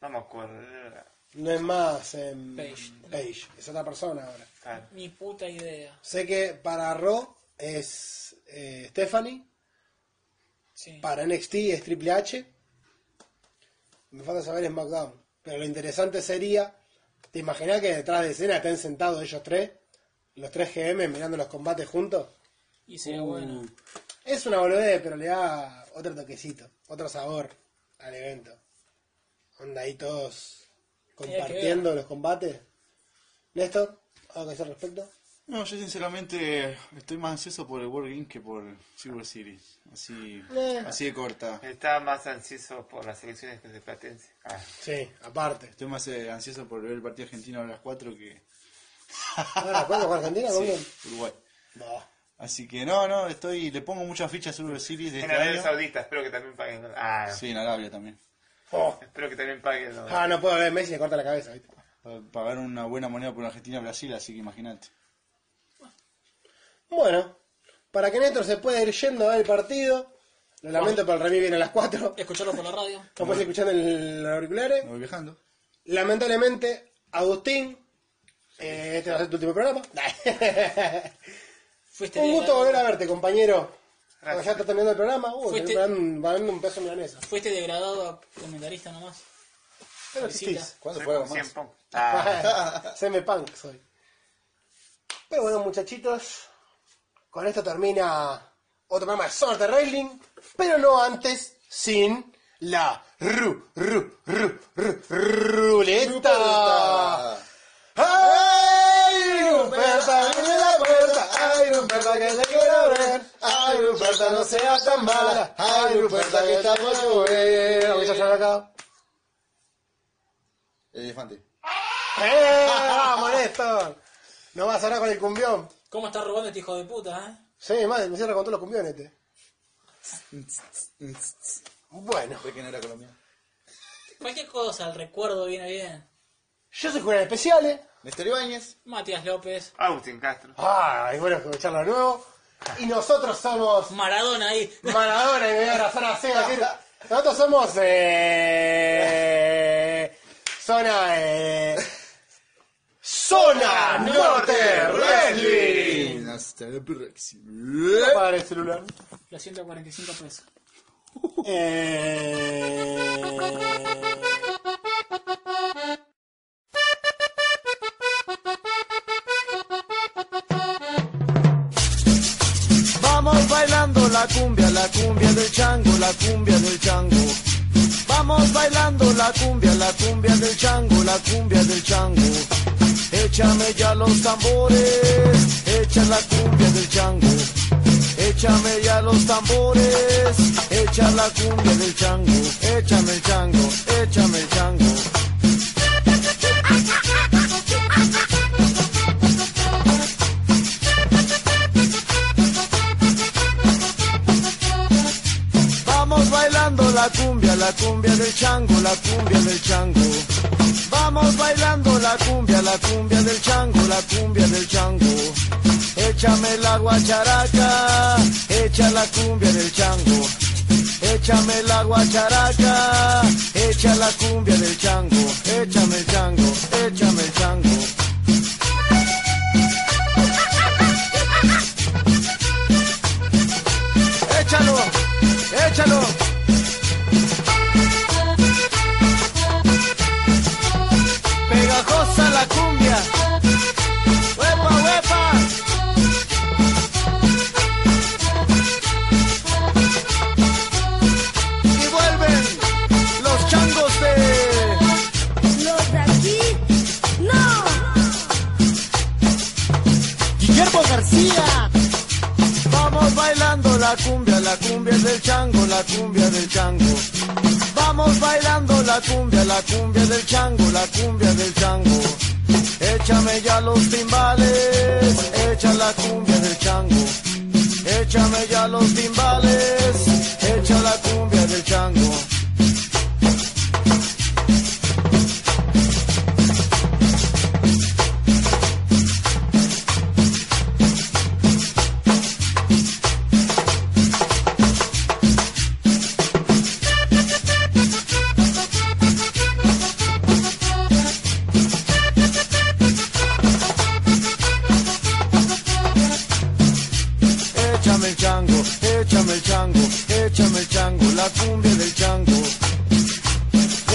No me acuerdo. era- No es más em, Page. Page. Es otra persona ahora. claro. Ni puta idea. Sé que para Raw es eh, Stephanie, Sí. para NXT es Triple H. Me falta saber SmackDown. Pero lo interesante sería, ¿te imaginas que detrás de escena estén sentados ellos tres? Los tres GM mirando los combates juntos. Y sería bueno. Es una boludez, pero le da otro toquecito, otro sabor al evento. Onda ahí todos que ver. compartiendo los combates. Néstor, ¿algo que hacer al respecto? No, yo sinceramente estoy más ansioso por el World Games que por Silver Series. Así, Eh. así de corta. Estaba más ansioso por las elecciones que se platense. Ah, Sí, aparte. Estoy más eh, ansioso por ver el partido argentino a las 4 que Ahora, ¿cuándo con Argentina? ¿Con quién? sí, Uruguay. No. Así que no, no, estoy, le pongo muchas fichas a Silver Series de en este Arabia año. Saudita, espero que también paguen. Ah, Sí, en Arabia también. Oh. espero que también paguen. los- Ah, no puedo ver Messi, le corta la cabeza. ¿viste? Pa- Pagaron una buena moneda por Argentina-Brasil, así que imagínate. Bueno, para que Néstor se pueda ir yendo a ver el partido, lo lamento, pero el remi viene a las 4. Escucharlo por la radio. Lo puedes escuchar en los auriculares. Me voy viajando. Lamentablemente, Agustín, eh, este va a ser tu último programa. Fuiste Un bien gusto largo. volver a verte, compañero. Cuando Gracias. ya está terminando el programa, uy, Fuiste- estoy preparando un pedazo de milanesa. Fuiste degradado a comentarista nomás. Pero Felicita. existís. ¿Cuándo Soy fue algo como más? 100 punk. Ah, Seme punk soy. Pero bueno, muchachitos, con esto termina otro programa de Sorte Railing, pero no antes sin la ru, ru, ru, ru, Ah. ruleta. ¡Ay, Ruperta, abre la puerta! ¡Ay, Ruperta, que te quiero ver! ¡Ay, Ruperta, no seas tan mala! ¡Ay, Ruperta, que estamos sobre! ¿Lo escuchas acá? El elefante. ¡Eh! ¡Vamos, Néstor! No vas a hablar con el cumbión. ¿Cómo está robando este hijo de puta, Sí, madre, me cierra con todos los cumbiones. este. Bueno, ¿Ve que no era colombiano? Cualquier cosa, el recuerdo viene bien. Yo soy ¿eh? Julián Especiales. Néstor Ibáñez. Matías López. Agustín Castro. Ah, es bueno escucharlo de nuevo. Y nosotros somos Maradona ahí. Maradona y me voy a abrazar a Seba. así. Nosotros somos. eh, zona. eh, zona Norte Wrestling. Hasta la Para el celular. Los 145 pesos. Eh, Vamos bailando la cumbia, la cumbia del chango, la cumbia del chango. Vamos bailando la cumbia, la cumbia del chango, la cumbia del chango. Échame ya los tambores, echa la cumbia del chango. Échame ya los tambores, echa la cumbia del chango. Échame el chango, échame el chango. Vamos bailando la cumbia, la cumbia del chango, la cumbia del chango. Vamos bailando la cumbia, la cumbia del chango, la cumbia del chango. Échame la guacharaca, echa la cumbia del chango. Échame la guacharaca, echa la cumbia del chango. Échame el chango, échame el chango. Échalo, échalo. Pegajosa la cumbia. Huepa, huepa. Y vuelven los changos de... Los de aquí, no. Guillermo García. Vamos bailando la cumbia, la cumbia del chango, la cumbia del chango. Vamos bailando la cumbia, la cumbia del chango, la cumbia del chango. Échame ya los timbales, echa la cumbia del chango. Échame ya los timbales, echa la cumbia del chango. Échame el chango, échame el chango, échame el chango, la cumbia del chango.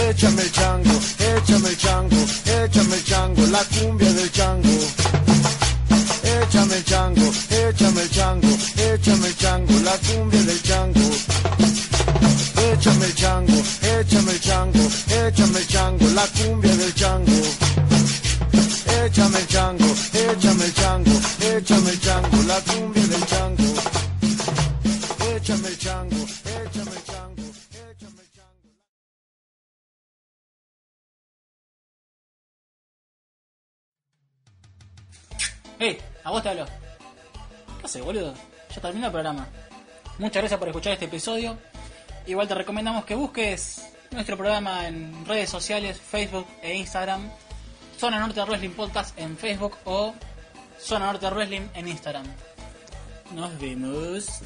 Échame el chango, échame el chango, échame el chango, la cumbia del chango. Échame el chango, échame el chango, échame el chango, la cumbia del chango. Échame el chango, échame el chango, échame el chango, la cumbia del chango. Échame el chango, échame el chango, échame el chango, la cumbia del chango. Échame el chango, échame el chango, échame el chango. Ey, a vos te hablo. ¿Qué haces, boludo? Ya terminó el programa. Muchas gracias por escuchar este episodio. Igual te recomendamos que busques nuestro programa en redes sociales, Facebook e Instagram. Zona Norte Wrestling Podcast en Facebook o Zona Norte Wrestling en Instagram. Nos vemos.